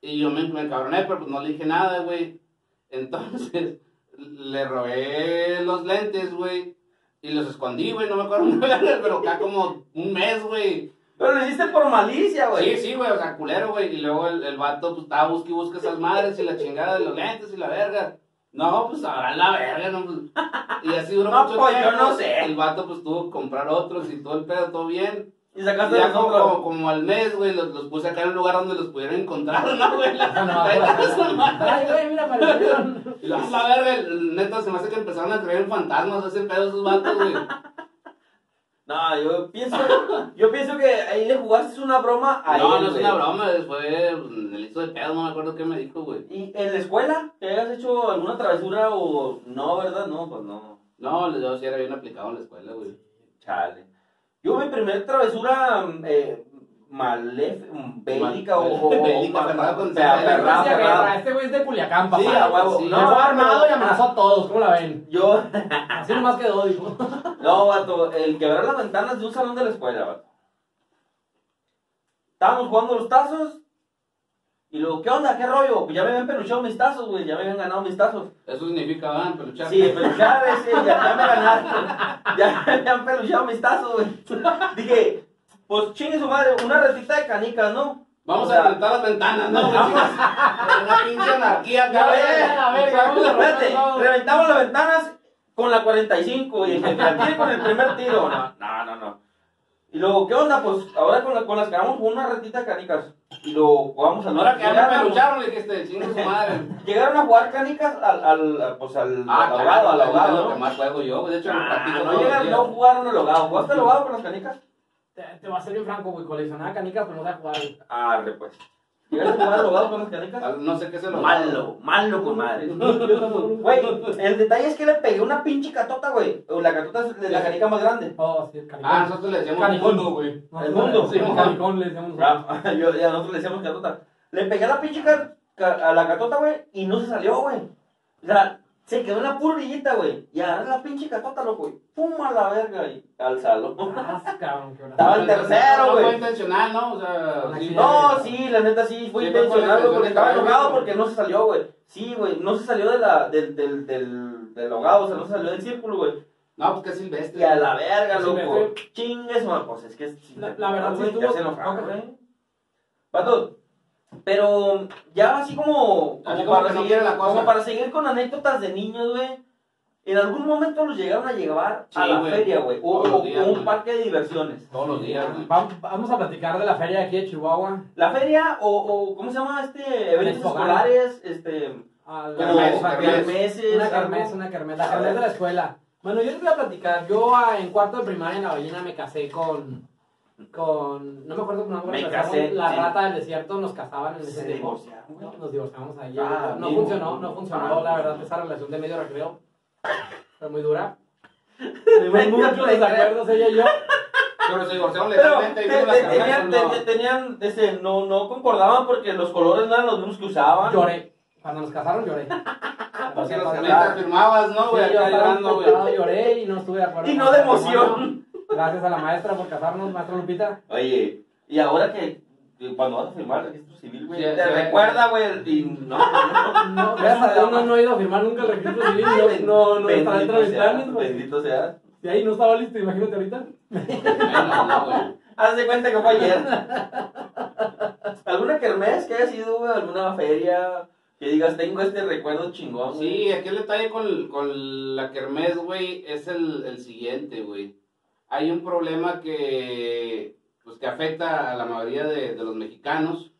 Speaker 3: Y yo me, me cabroné, pero pues no le dije nada, güey. Entonces, le robé los lentes, güey. Y los escondí, güey. No me acuerdo, pero acá como un mes, güey.
Speaker 2: Pero lo hiciste por malicia, güey.
Speaker 3: Sí, sí, güey, o sea, culero, güey. Y luego el, el vato, pues, estaba busque y busca esas madres y la chingada de los lentes y la verga. No, pues, ahora la verga, no, pues. Y así duró
Speaker 2: No,
Speaker 3: mucho
Speaker 2: pues, yo
Speaker 3: tiempo.
Speaker 2: no sé.
Speaker 3: El vato, pues, tuvo que comprar otros y todo el pedo, todo bien.
Speaker 2: Y
Speaker 3: Y
Speaker 2: sacaste
Speaker 3: ya
Speaker 2: los
Speaker 3: como,
Speaker 2: otros.
Speaker 3: como, como al mes, güey, los, los puse acá en un lugar donde los pudiera encontrar, ¿no, güey?
Speaker 4: Ah, no,
Speaker 2: pues,
Speaker 4: ahora- Ay, güey, mira, aparecieron.
Speaker 3: Y luego, la verga, el- neta, se me hace que empezaron a creer en fantasmas, ese pedo, esos vatos, güey.
Speaker 2: No, yo pienso, yo pienso que ahí le jugaste una broma a
Speaker 3: No,
Speaker 2: él,
Speaker 3: no es
Speaker 2: güey.
Speaker 3: una broma, después el hizo de pedo, no me acuerdo qué me dijo, güey.
Speaker 2: ¿Y en la escuela? ¿Te habías hecho alguna travesura o no, verdad? No, pues no.
Speaker 3: No, yo sí era bien aplicado en la escuela, güey.
Speaker 2: Chale. Yo mi primer travesura mm, eh, malef- mm, bélica
Speaker 3: Mal-
Speaker 2: o, o-
Speaker 3: bélica,
Speaker 2: o-
Speaker 3: aferrada con-
Speaker 2: o sea, aferrada,
Speaker 4: Este güey-
Speaker 2: aferrada.
Speaker 4: Este güey es de Culiacán, papá.
Speaker 2: Sí, a huevo.
Speaker 3: sí.
Speaker 4: Me fue
Speaker 2: No,
Speaker 4: armado y amenazó a todos, ¿cómo la ven?
Speaker 2: Yo,
Speaker 4: Así nomás quedó, dijo.
Speaker 2: no, vato, el quebrar las ventanas de un salón de la escuela, vato. Estábamos jugando los tazos. Y luego, ¿qué onda? ¿Qué rollo? Pues ya me habían peluchado mis tazos, güey. Ya me habían ganado mis tazos.
Speaker 3: Eso significa, van, peluchar.
Speaker 2: Sí, pero ya, güey, sí, ya, ya me ganaron. Ya me han pelucheado mis tazos, güey. Dije, pues chingue su madre, una ratita de canicas, ¿no?
Speaker 3: Vamos
Speaker 2: O sea,
Speaker 3: a enfrentar las ventanas, ¿no? Vamos. Una pinche anarquía
Speaker 4: Ya
Speaker 3: acá,
Speaker 4: ves,
Speaker 3: güey.
Speaker 4: a ver, vamos a romper
Speaker 2: Espérate,
Speaker 4: todo.
Speaker 2: reventamos las ventanas con la 45 y dije, la tiré con el primer tiro. No, no, no, no. Y luego, ¿qué onda? Pues ahora con, la, con las que vamos una ratita de canicas. Y luego jugamos al
Speaker 3: Ahora que ya me
Speaker 2: llegaron a-
Speaker 3: pelucharon, le dijiste, chingo su madre.
Speaker 2: Llegaron a jugar canicas al, al, a- pues al al
Speaker 3: claro,
Speaker 2: ahogado, al
Speaker 3: es lo
Speaker 2: ahogado,
Speaker 3: que
Speaker 2: ¿no?
Speaker 3: más juego yo, güey. De hecho, lo
Speaker 2: Ah,
Speaker 3: practico
Speaker 2: no
Speaker 3: todos los
Speaker 2: llegaron,
Speaker 3: días.
Speaker 2: no jugaron al ahogado. ¿Jugaste al ahogado con las canicas?
Speaker 4: Te, te va a ser bien franco, güey. Coleccionaba canicas, pero no sabía jugar, güey.
Speaker 2: Arre, pues. ¿Llegaste a jugar abogado con las
Speaker 3: Ah,
Speaker 2: canicas?
Speaker 3: No sé qué se lo
Speaker 2: Malo, malo con madre. Güey, el detalle es que le pegué una pinche catota, güey. O La catota es de la canica más grande.
Speaker 4: Oh, sí, canicón.
Speaker 3: Ah, nosotros le decíamos
Speaker 4: Canicón.
Speaker 3: mundo, güey.
Speaker 4: No,
Speaker 2: el
Speaker 4: el
Speaker 2: mundo.
Speaker 4: mundo.
Speaker 3: Sí,
Speaker 4: canicón le decíamos nosotros.
Speaker 2: Bravo. Yo, y a nosotros le decíamos catota. Le pegué a la pinche ca- ca- a la catota, güey, y no se salió, güey. O sea, se quedó en la purrillita, güey. Y agarré la pinche catota, loco, y pum a la verga, y al salón.
Speaker 4: Ah, cabrón, qué
Speaker 2: Estaba el tercero,
Speaker 3: No
Speaker 2: güey.
Speaker 3: fue intencional, ¿no? O sea,
Speaker 4: Un
Speaker 3: sí,
Speaker 2: No, sí, la neta sí, fue
Speaker 3: Sí, fue
Speaker 2: intencional, güey,
Speaker 3: por
Speaker 2: porque
Speaker 3: intención,
Speaker 2: estaba
Speaker 3: güey.
Speaker 2: enojado porque no se salió, güey. Sí, güey, no se salió de la, del, del, del, del ahogado, o sea, no se salió del círculo, güey.
Speaker 3: No, pues qué
Speaker 2: Y a
Speaker 3: silvestre.
Speaker 2: la verga,
Speaker 4: Sí,
Speaker 2: loco.
Speaker 4: me
Speaker 2: Chingues, man, pues es que... es-
Speaker 4: La- la verdad,
Speaker 2: güey,
Speaker 4: sí
Speaker 2: Ya
Speaker 4: estuvo-
Speaker 2: se enojaba,
Speaker 4: ok.
Speaker 2: güey. Vato, pero ya así como...
Speaker 3: Así
Speaker 2: Como
Speaker 3: como
Speaker 2: para,
Speaker 3: que no
Speaker 2: seguir,
Speaker 3: quiere la cosa.
Speaker 2: como para seguir con anécdotas de niños, güey. En algún momento los llegaron a llevar a
Speaker 3: Sí,
Speaker 2: la
Speaker 3: güey.
Speaker 2: feria, güey. O,
Speaker 3: Todos los
Speaker 2: o-
Speaker 3: días,
Speaker 2: o un
Speaker 3: güey.
Speaker 2: parque de diversiones.
Speaker 3: Todos los días, güey.
Speaker 4: Vam- Vamos a platicar de la feria de aquí de Chihuahua.
Speaker 2: La feria o, o ¿cómo se llama este? Eventos
Speaker 4: Expo,
Speaker 2: escolares, este,
Speaker 4: A la-
Speaker 2: como este,
Speaker 3: Kermés,
Speaker 4: a-
Speaker 3: kermés.
Speaker 2: kermeses,
Speaker 4: Una
Speaker 2: algo.
Speaker 4: carmes, una carmes, la carmes de la escuela. Bueno, yo les voy a platicar. Yo ah, en cuarto de primaria en la ballena me casé con. con no me acuerdo cómo
Speaker 2: Me
Speaker 4: nos casamos.
Speaker 2: casé,
Speaker 4: la
Speaker 2: sí.
Speaker 4: rata del desierto nos casaban en ese
Speaker 2: Se
Speaker 4: tiempo.
Speaker 2: divorciaron,
Speaker 4: No,
Speaker 2: güey.
Speaker 4: nos divorciamos ahí.
Speaker 2: Ah,
Speaker 4: no
Speaker 2: amigo.
Speaker 4: funcionó, no funcionó.
Speaker 2: Ah.
Speaker 4: la verdad, esa relación de medio recreo fue muy dura.
Speaker 2: Me ¿eh?
Speaker 4: Tuvimos muchos
Speaker 2: encanta.
Speaker 4: desacuerdos ella y yo.
Speaker 3: Pero se divorciaron
Speaker 2: Pero
Speaker 3: legalmente y
Speaker 2: te-
Speaker 3: vino la
Speaker 2: te-
Speaker 3: carnal,
Speaker 2: tenían,
Speaker 3: ¿no?
Speaker 2: te- tenían, este, no, no concordaban porque los colores no eran los mismos que usaban.
Speaker 4: Lloré. Cuando nos casaron lloré.
Speaker 3: Porque
Speaker 4: Sí,
Speaker 3: los
Speaker 4: yo
Speaker 3: carnales firmabas, ¿no, güey? Acá
Speaker 4: estaba
Speaker 3: llorando, güey.
Speaker 4: impactado, lloré y no estuve de acuerdo.
Speaker 2: Y
Speaker 4: con
Speaker 2: no de
Speaker 4: el matrimonio.
Speaker 2: emoción.
Speaker 4: Gracias a la maestra por casarnos, maestra Lupita.
Speaker 2: Oye, y ahora que que cuando vas a firmar el registro civil, güey,
Speaker 3: Sí,
Speaker 2: te
Speaker 3: sí.
Speaker 2: recuerda, güey, y no, no,
Speaker 4: No, gracias a Dios no, no he ido a firmar nunca el registro civil. No, no, no está
Speaker 2: bendito
Speaker 4: dentro de mis
Speaker 2: sea,
Speaker 4: planes. pues.
Speaker 2: Bendito sea.
Speaker 4: Si ahí no estaba listo, imagínate ahorita.
Speaker 3: No, no, güey.
Speaker 2: Haz de cuenta que fue ayer. ¿Alguna kermés que haya sido, güey, alguna feria que digas, tengo este recuerdo chingón? güey"?
Speaker 3: Sí, aquí el detalle con, con la kermés, güey, es el, el siguiente, güey. Hay un problema que, pues, que afecta a la mayoría de, de los mexicanos,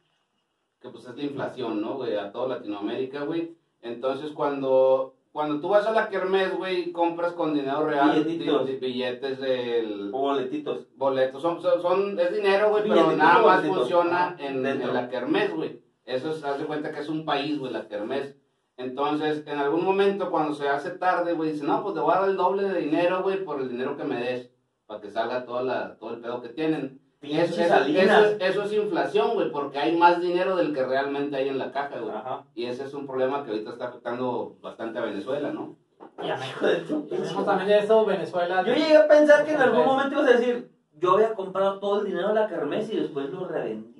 Speaker 3: que pues es la inflación, ¿no, güey? A toda Latinoamérica, güey. Entonces, cuando, cuando tú vas a la kermés, güey, compras con dinero real
Speaker 2: Billetitos.
Speaker 3: di- di- billetes del
Speaker 2: O boletitos.
Speaker 3: boletos. Son, son, son- es dinero, güey, pero
Speaker 2: Billetitos,
Speaker 3: nada más
Speaker 2: boletitos.
Speaker 3: funciona en,
Speaker 2: Ah, Dentro.
Speaker 3: en la kermés, güey. Eso es, haz de cuenta que es un país, güey, la kermés. Entonces, en algún momento, cuando se hace tarde, güey, dice, no, pues te voy a dar el doble de dinero, güey, por el dinero que me des, para que salga toda la, todo el pedo que tienen. Y Eso,
Speaker 2: Pinches
Speaker 3: eso-
Speaker 2: salinas.
Speaker 3: eso es- eso es inflación, güey, porque hay más dinero del que realmente hay en la caja, güey.
Speaker 2: Ajá.
Speaker 3: Y ese es un problema que ahorita está afectando bastante a Venezuela, ¿no?
Speaker 4: Y a
Speaker 2: Hijo de tu pinche
Speaker 4: Tenemos también de eso, Venezuela.
Speaker 2: Yo llegué a pensar que en algún momento ibas a decir, yo había comprado todo el dinero de la kermés y después lo revendía.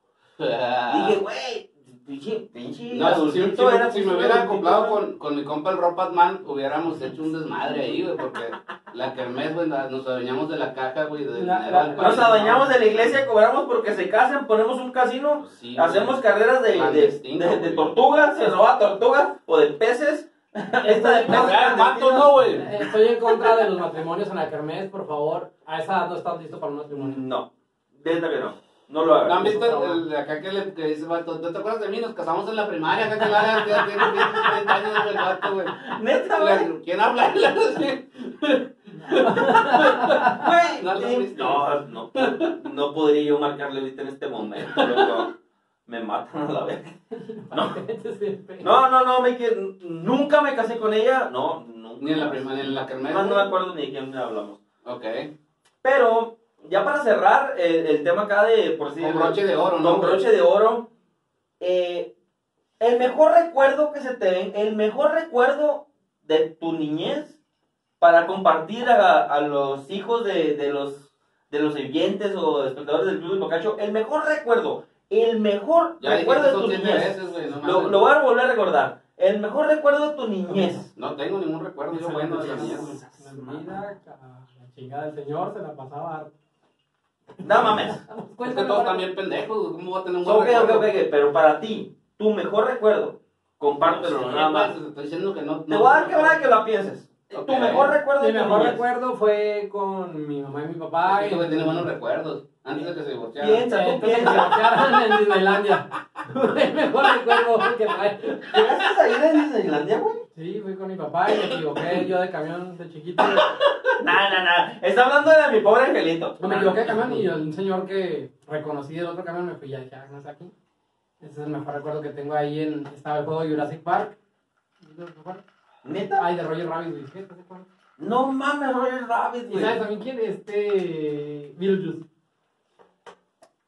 Speaker 2: Dije, güey, pinche, pinche.
Speaker 3: Ah. No, si, si-
Speaker 2: adultito
Speaker 3: si-
Speaker 2: era
Speaker 3: si
Speaker 2: pinche
Speaker 3: me hubiera
Speaker 2: adultito,
Speaker 3: acoplado
Speaker 2: güey.
Speaker 3: con, con mi compa el Ropatman, hubiéramos hecho un desmadre ahí, güey, porque la kermés, güey, la- nos adueñamos de la caja, güey, de
Speaker 4: La-
Speaker 3: dinero
Speaker 4: la-
Speaker 3: del
Speaker 2: Nos
Speaker 3: país,
Speaker 2: adueñamos
Speaker 3: ¿no?
Speaker 2: de la iglesia, cobramos porque se casan, ponemos un casino,
Speaker 3: Pues sí, güey.
Speaker 2: hacemos carreras de, de,
Speaker 3: Clandestino,
Speaker 2: de, de
Speaker 3: güey.
Speaker 2: tortugas, se roba tortugas o de peces. Esta de peces.
Speaker 4: Ah,
Speaker 2: clandestinas.
Speaker 3: vatos, ¿no, güey?
Speaker 4: Eh, Estoy en contra de los matrimonios en la Kermés, por favor. A esa edad no estás listo para un matrimonio.
Speaker 2: No, de neta que no. No lo
Speaker 3: ¿No han
Speaker 2: hagas.
Speaker 3: visto el, el de acá que, le, que dice, vato, ¿no te acuerdas de mí? Nos casamos en la primaria, acá que la hagas, ya tiene 30 años, güey, el vato, güey.
Speaker 2: Neta, güey.
Speaker 3: La- ¿Quién habla?
Speaker 2: Güey,
Speaker 3: No lo has
Speaker 2: eh,
Speaker 3: visto.
Speaker 2: No, no, no podría yo marcarle ahorita en este momento. loco. Me matan a la vez. No.
Speaker 4: Este
Speaker 2: No, no, no, me que nunca me casé con ella. No, nunca.
Speaker 3: Ni en la primaria, ni en la kermés.
Speaker 2: Más Ah, no me
Speaker 3: güey.
Speaker 2: acuerdo ni de quién hablamos.
Speaker 3: Ok.
Speaker 2: Pero, ya para cerrar el, el tema acá de por si.
Speaker 3: Con broche de oro, ¿no?
Speaker 2: Con broche de oro. eh, el mejor recuerdo que se te ven, el mejor recuerdo de tu niñez para compartir a, a los hijos de, de los de los oyentes o espectadores del Club del Bocacho, el mejor recuerdo, el mejor
Speaker 3: Ya
Speaker 2: recuerdo de
Speaker 3: dijiste
Speaker 2: tu
Speaker 3: eso 100
Speaker 2: niñez.
Speaker 3: veces, güey, no
Speaker 2: Lo,
Speaker 3: mames.
Speaker 2: lo voy a volver a recordar. El mejor recuerdo de tu niñez.
Speaker 3: No tengo ningún recuerdo, yo bueno, de la niñez, güey.
Speaker 4: Mira, a la chingada del señor se la pasaba.
Speaker 2: No mames.
Speaker 3: Es que todos también pendejos, güey, ¿cómo voy a tener un buen
Speaker 2: Ok, ok,
Speaker 3: recuerdo?
Speaker 2: ok, pero para ti, tu mejor recuerdo, compártelo
Speaker 3: Sí,
Speaker 2: nada
Speaker 3: pues,
Speaker 2: más.
Speaker 3: te estoy diciendo que no.
Speaker 2: Te voy a dar quebrada que la pienses.
Speaker 3: Ok.
Speaker 2: Tu mejor recuerdo de
Speaker 4: Mi
Speaker 2: tu
Speaker 4: mejor
Speaker 2: niñez.
Speaker 4: recuerdo fue con mi mamá y mi papá.
Speaker 3: Ay,
Speaker 4: en-
Speaker 3: güey, tiene buenos recuerdos. Antes de que se
Speaker 2: Bien.
Speaker 3: divorciaran.
Speaker 4: en- en- que se divorciaran en Disneylandia. Fue el mejor recuerdo que trae.
Speaker 2: ¿Llegaste a ir a Disneylandia, güey?
Speaker 4: Sí, fui con mi papá y me equivoqué yo de camión de chiquito.
Speaker 2: Nah, nah, nah. Está hablando de mi pobre angelito.
Speaker 4: No, me equivoqué de camión y un señor que reconocí del otro camión me fui ya dije, ah, no es aquí. Ese es el mejor recuerdo que tengo ahí en. Estaba el juego Jurassic Park.
Speaker 2: ¿Neta?
Speaker 4: Ay, de Roger Rabbit, güey. ¿Qué? ¿Te acuerdas?
Speaker 2: No mames, Roger Rabbit,
Speaker 4: ¿Y
Speaker 2: güey.
Speaker 4: sabes también quién? Este. Beetlejuice.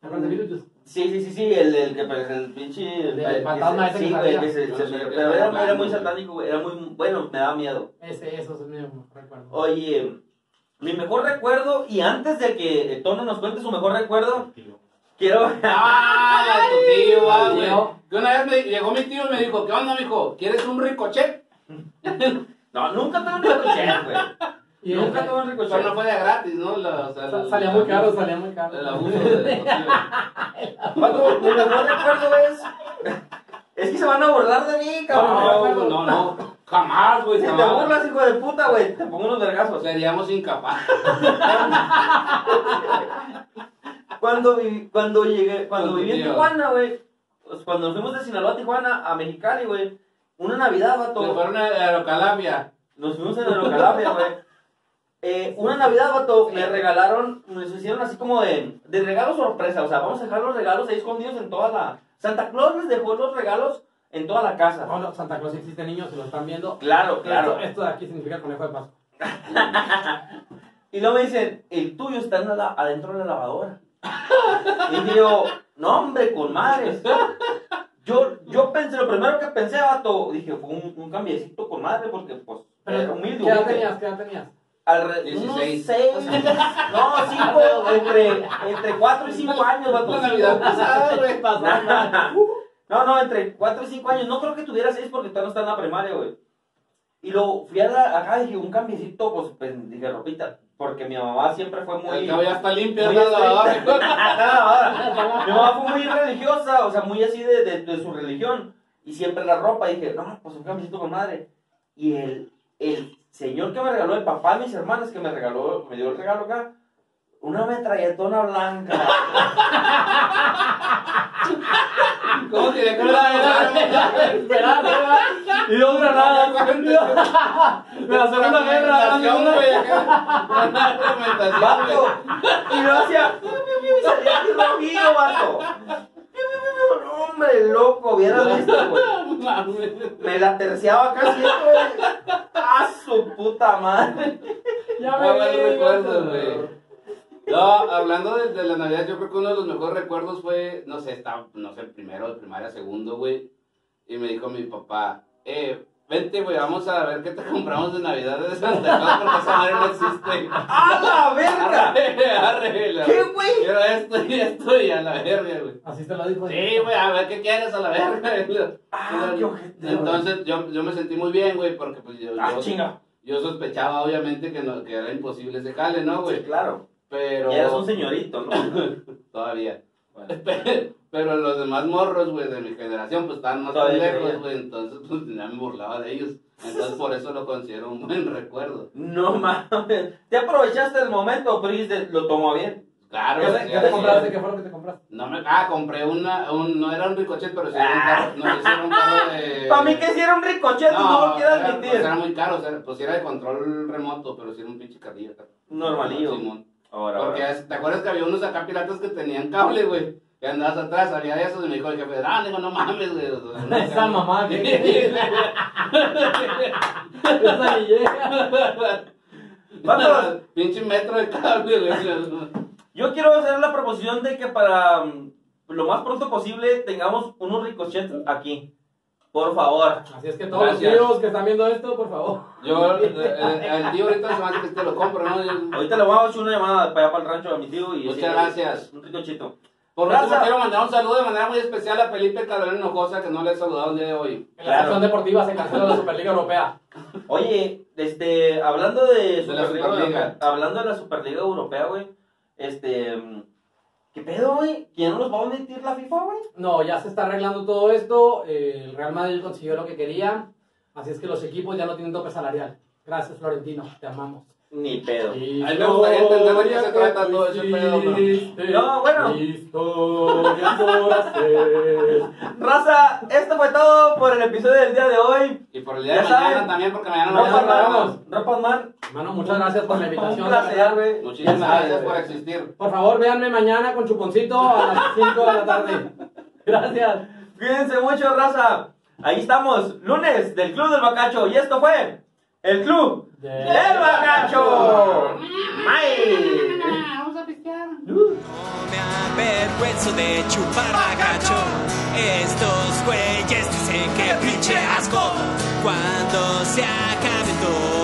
Speaker 4: ¿Te acuerdas de Beetlejuice?
Speaker 2: Sí, sí, sí, sí, el, el que pues, el pinche.
Speaker 4: El fantasma ese
Speaker 2: sí,
Speaker 4: que
Speaker 2: güey,
Speaker 4: salía.
Speaker 2: que se-
Speaker 3: Yo
Speaker 2: se-
Speaker 3: no sé qué
Speaker 2: Pero
Speaker 3: estaba
Speaker 2: era, era muy
Speaker 3: hablando,
Speaker 2: satánico, güey. Era muy. Bueno, me daba miedo.
Speaker 4: Ese, eso es mi mejor recuerdo.
Speaker 2: Oye, mi mejor recuerdo, y antes de que eh, Tono nos cuente su mejor recuerdo, quiero.
Speaker 3: ¡Ah! la de tu tío, ah,
Speaker 4: Ay, tío.
Speaker 3: güey! Que una vez me, llegó mi tío y me dijo, ¿qué onda, mijo? ¿Quieres un ricochet?
Speaker 2: No, nunca tuve un ricochet, güey.
Speaker 4: Y el-
Speaker 2: Nunca tuve un
Speaker 3: Pues eso
Speaker 2: ricochet.
Speaker 3: no fue de gratis, ¿no? La- o sea,
Speaker 4: Sa-
Speaker 3: el-
Speaker 4: Salía muy caro,
Speaker 3: el-
Speaker 4: salía muy caro.
Speaker 3: El abuso de de tu tío.
Speaker 2: Pato, mi mejor recuerdo es. Es que se van a burlar de mí, cabrón.
Speaker 3: No, no, no, no. Jamás, güey,
Speaker 2: Si te
Speaker 3: jamás.
Speaker 2: burlas, hijo de puta, güey, te pongo unos vergazos.
Speaker 3: Seríamos incapaces.
Speaker 2: Cuando, vi- cuando llegué, cuando
Speaker 3: Con tu
Speaker 2: viví en
Speaker 3: tío.
Speaker 2: Tijuana, güey, pues cuando nos fuimos de Sinaloa a Tijuana, a Mexicali, güey, una Navidad,
Speaker 3: Se
Speaker 2: vato,
Speaker 3: fueron a Aerocalambia.
Speaker 2: nos fuimos en Aerocalambia, güey. Eh, una Navidad, vato, me regalaron, nos hicieron así como de, de regalo sorpresa, o sea, vamos a dejar los regalos ahí escondidos en toda la... Santa Claus les dejó los regalos en toda la casa.
Speaker 4: No, no, Santa Claus existe, niños, se lo están viendo.
Speaker 2: Claro, claro.
Speaker 4: Esto, esto de aquí significa conejo de Pascua.
Speaker 2: Y luego me dicen, el tuyo está en la la- adentro de la lavadora. Y yo, no hombre, con madres. Yo, yo pensé, lo primero que pensé, vato, dije, fue un, un cambiecito con madre, porque pues era humilde.
Speaker 4: Eh, ¿Qué edad
Speaker 2: humilde.
Speaker 4: tenías? ¿Qué edad tenías?
Speaker 2: Alre- unos
Speaker 3: 16.
Speaker 2: seis, no, cinco, entre, entre cuatro y cinco años, vato.
Speaker 3: La Navidad pasada, güey.
Speaker 2: No, no, entre 4 y 5 años. No creo que tuviera 6 porque todavía no está en la primaria, güey. Y luego fui a la, acá dije un cambiecito, pues, pues, dije ropita. Porque mi mamá siempre fue muy.
Speaker 3: El cabo ya está limpio,
Speaker 2: muy
Speaker 3: ya está
Speaker 2: estricta.
Speaker 3: lavado.
Speaker 2: Nada, mi mamá fue muy religiosa, o sea, muy así de, de- de su religión. Y siempre la ropa. Y dije, no, pues un cambiecito con madre. Y el, el señor que me regaló, el papá de mis hermanas que me regaló, me dio el regalo acá, una metralletona blanca.
Speaker 3: ¿Cómo que de la
Speaker 4: Y no dura De la Segunda Guerra, la Segunda
Speaker 2: Vato. Y lo hacía. piu, piu, piu, Y salía así rojillo, vato. Piu, piu, piu, piu. No, Hombre, loco, hubiera visto, güey. Me la terciaba casi, güey. A su puta madre.
Speaker 4: Ya
Speaker 3: Muy buenos
Speaker 4: vi,
Speaker 3: recuerdos,
Speaker 4: vato.
Speaker 3: güey. No, hablando de, de la Navidad, yo creo que uno de los mejores recuerdos fue, no sé, estaba, no sé, primero, de primaria, segundo, güey. Y me dijo mi papá, eh, vente, güey, vamos a ver qué te compramos de Navidad de Santa Claus, porque esa madre no existe.
Speaker 2: ¡A la verga!
Speaker 3: Arre, arre, la-
Speaker 2: ¿Qué, güey?
Speaker 3: Quiero esto y esto y a la verga, güey.
Speaker 4: Así te lo dijo.
Speaker 3: Sí, güey, a ver qué quieres a la verga.
Speaker 2: Ah, qué ojete,
Speaker 3: Entonces yo, yo me sentí muy bien, güey, porque pues yo,
Speaker 2: ¡Ah,
Speaker 3: yo,
Speaker 2: chinga!
Speaker 3: yo sospechaba obviamente que, no, que era imposible ese jale, ¿no,
Speaker 2: Sí,
Speaker 3: güey?
Speaker 2: claro.
Speaker 3: Pero...
Speaker 2: Ya eres un señorito, ¿no?
Speaker 3: Todavía. Pero los demás morros, güey, de mi generación, pues estaban más
Speaker 2: Todavía
Speaker 3: lejos,
Speaker 2: creían.
Speaker 3: güey, entonces pues ya me burlaba de ellos. Entonces por eso lo considero un buen recuerdo.
Speaker 2: No mames. Te aprovechaste el momento, pero dijiste, lo tomó bien.
Speaker 3: Claro,
Speaker 4: ¿Qué,
Speaker 3: sí,
Speaker 4: te- qué
Speaker 3: sí.
Speaker 4: te compraste? ¿Qué fue lo que te compraste?
Speaker 3: No me, ah, compré una, un, no era un ricochet, pero sí era un
Speaker 2: Ah.
Speaker 3: carro, no, sí era un carro de...
Speaker 2: Para mí que si era un ricochet, no lo quiero
Speaker 3: Eh, era- pues,
Speaker 2: admitir.
Speaker 3: era muy caro, o sea, pues era de control remoto, pero sí era un pinche carrillo. acá.
Speaker 2: Normalillo.
Speaker 3: Simón.
Speaker 2: Ahora,
Speaker 3: Porque
Speaker 2: ahora.
Speaker 3: ¿te acuerdas que había unos acá piratas que tenían cable, güey? Que andabas atrás, había de esos y me dijo el jefe, ah, digo, no mames, güey. o sea, una
Speaker 4: Esa
Speaker 3: cam-
Speaker 4: mamá,
Speaker 3: Sí,
Speaker 4: ¿qué- qué- Esa ni llega.
Speaker 2: Vatos,
Speaker 3: Pinche metro de cable, güey.
Speaker 2: Yo quiero hacer la proposición de que para mm, lo más pronto posible tengamos unos ricochets aquí. Por favor.
Speaker 4: Así es que todos los
Speaker 3: Gracias.
Speaker 4: tíos que están viendo esto, por favor.
Speaker 3: Yo, eh, eh, el tío ahorita se me hace que te lo compro, ¿no? Yo-
Speaker 2: Ahorita le voy a hacer una llamada para allá para el rancho a mi tío y
Speaker 3: Muchas
Speaker 2: decirle,
Speaker 3: gracias.
Speaker 2: Un ricochito.
Speaker 3: Por último,
Speaker 2: Raza.
Speaker 3: quiero mandar un saludo de manera muy especial a Felipe Calderón Hinojosa, que no le he saludado el día de hoy.
Speaker 4: En
Speaker 2: Claro.
Speaker 4: la sección deportiva se canceló la Superliga Europea.
Speaker 2: Oye, este, hablando de,
Speaker 3: De la Superliga.
Speaker 2: Europea- hablando de la Superliga Europea, güey. Este, mm, ¿qué pedo, güey? ¿Quién no nos va a meter la FIFA, güey?
Speaker 4: No, ya se está arreglando todo esto. eh, El Real Madrid consiguió lo que quería. Así es que los equipos ya no tienen tope salarial. Gracias, Florentino. Te amamos.
Speaker 2: Ni pedo.
Speaker 4: A
Speaker 3: mí me gustaría entender de qué se trata todo ese pedo, ¿no?
Speaker 2: No, bueno.
Speaker 4: Historias horas.
Speaker 2: Raza, esto fue todo por el episodio del día de hoy.
Speaker 3: Y por el día
Speaker 2: Ya
Speaker 3: de mañana
Speaker 2: saben.
Speaker 3: también, porque mañana no
Speaker 4: Rafa
Speaker 2: Ropa
Speaker 3: vamos a hablar.
Speaker 2: Man, Ropa Man,
Speaker 4: Hermano, muchas gracias por la invitación.
Speaker 2: un
Speaker 4: la
Speaker 2: placer,
Speaker 4: verdad.
Speaker 2: güey.
Speaker 3: Muchísimas
Speaker 4: Ya saben,
Speaker 3: gracias por
Speaker 4: güey.
Speaker 3: existir.
Speaker 4: Por favor, véanme mañana con Chuponcito a las 5 de la tarde. Gracias.
Speaker 2: Cuídense mucho, raza. Ahí estamos, lunes del Club del Bacacho. Y esto fue el Club del,
Speaker 4: Del
Speaker 2: Bacacho.
Speaker 4: Bacacho.
Speaker 2: ¡Ay!
Speaker 1: No me avergüenzo de chupar gacho Estos güeyes dicen que pinche asco. Cuando se acabe todo.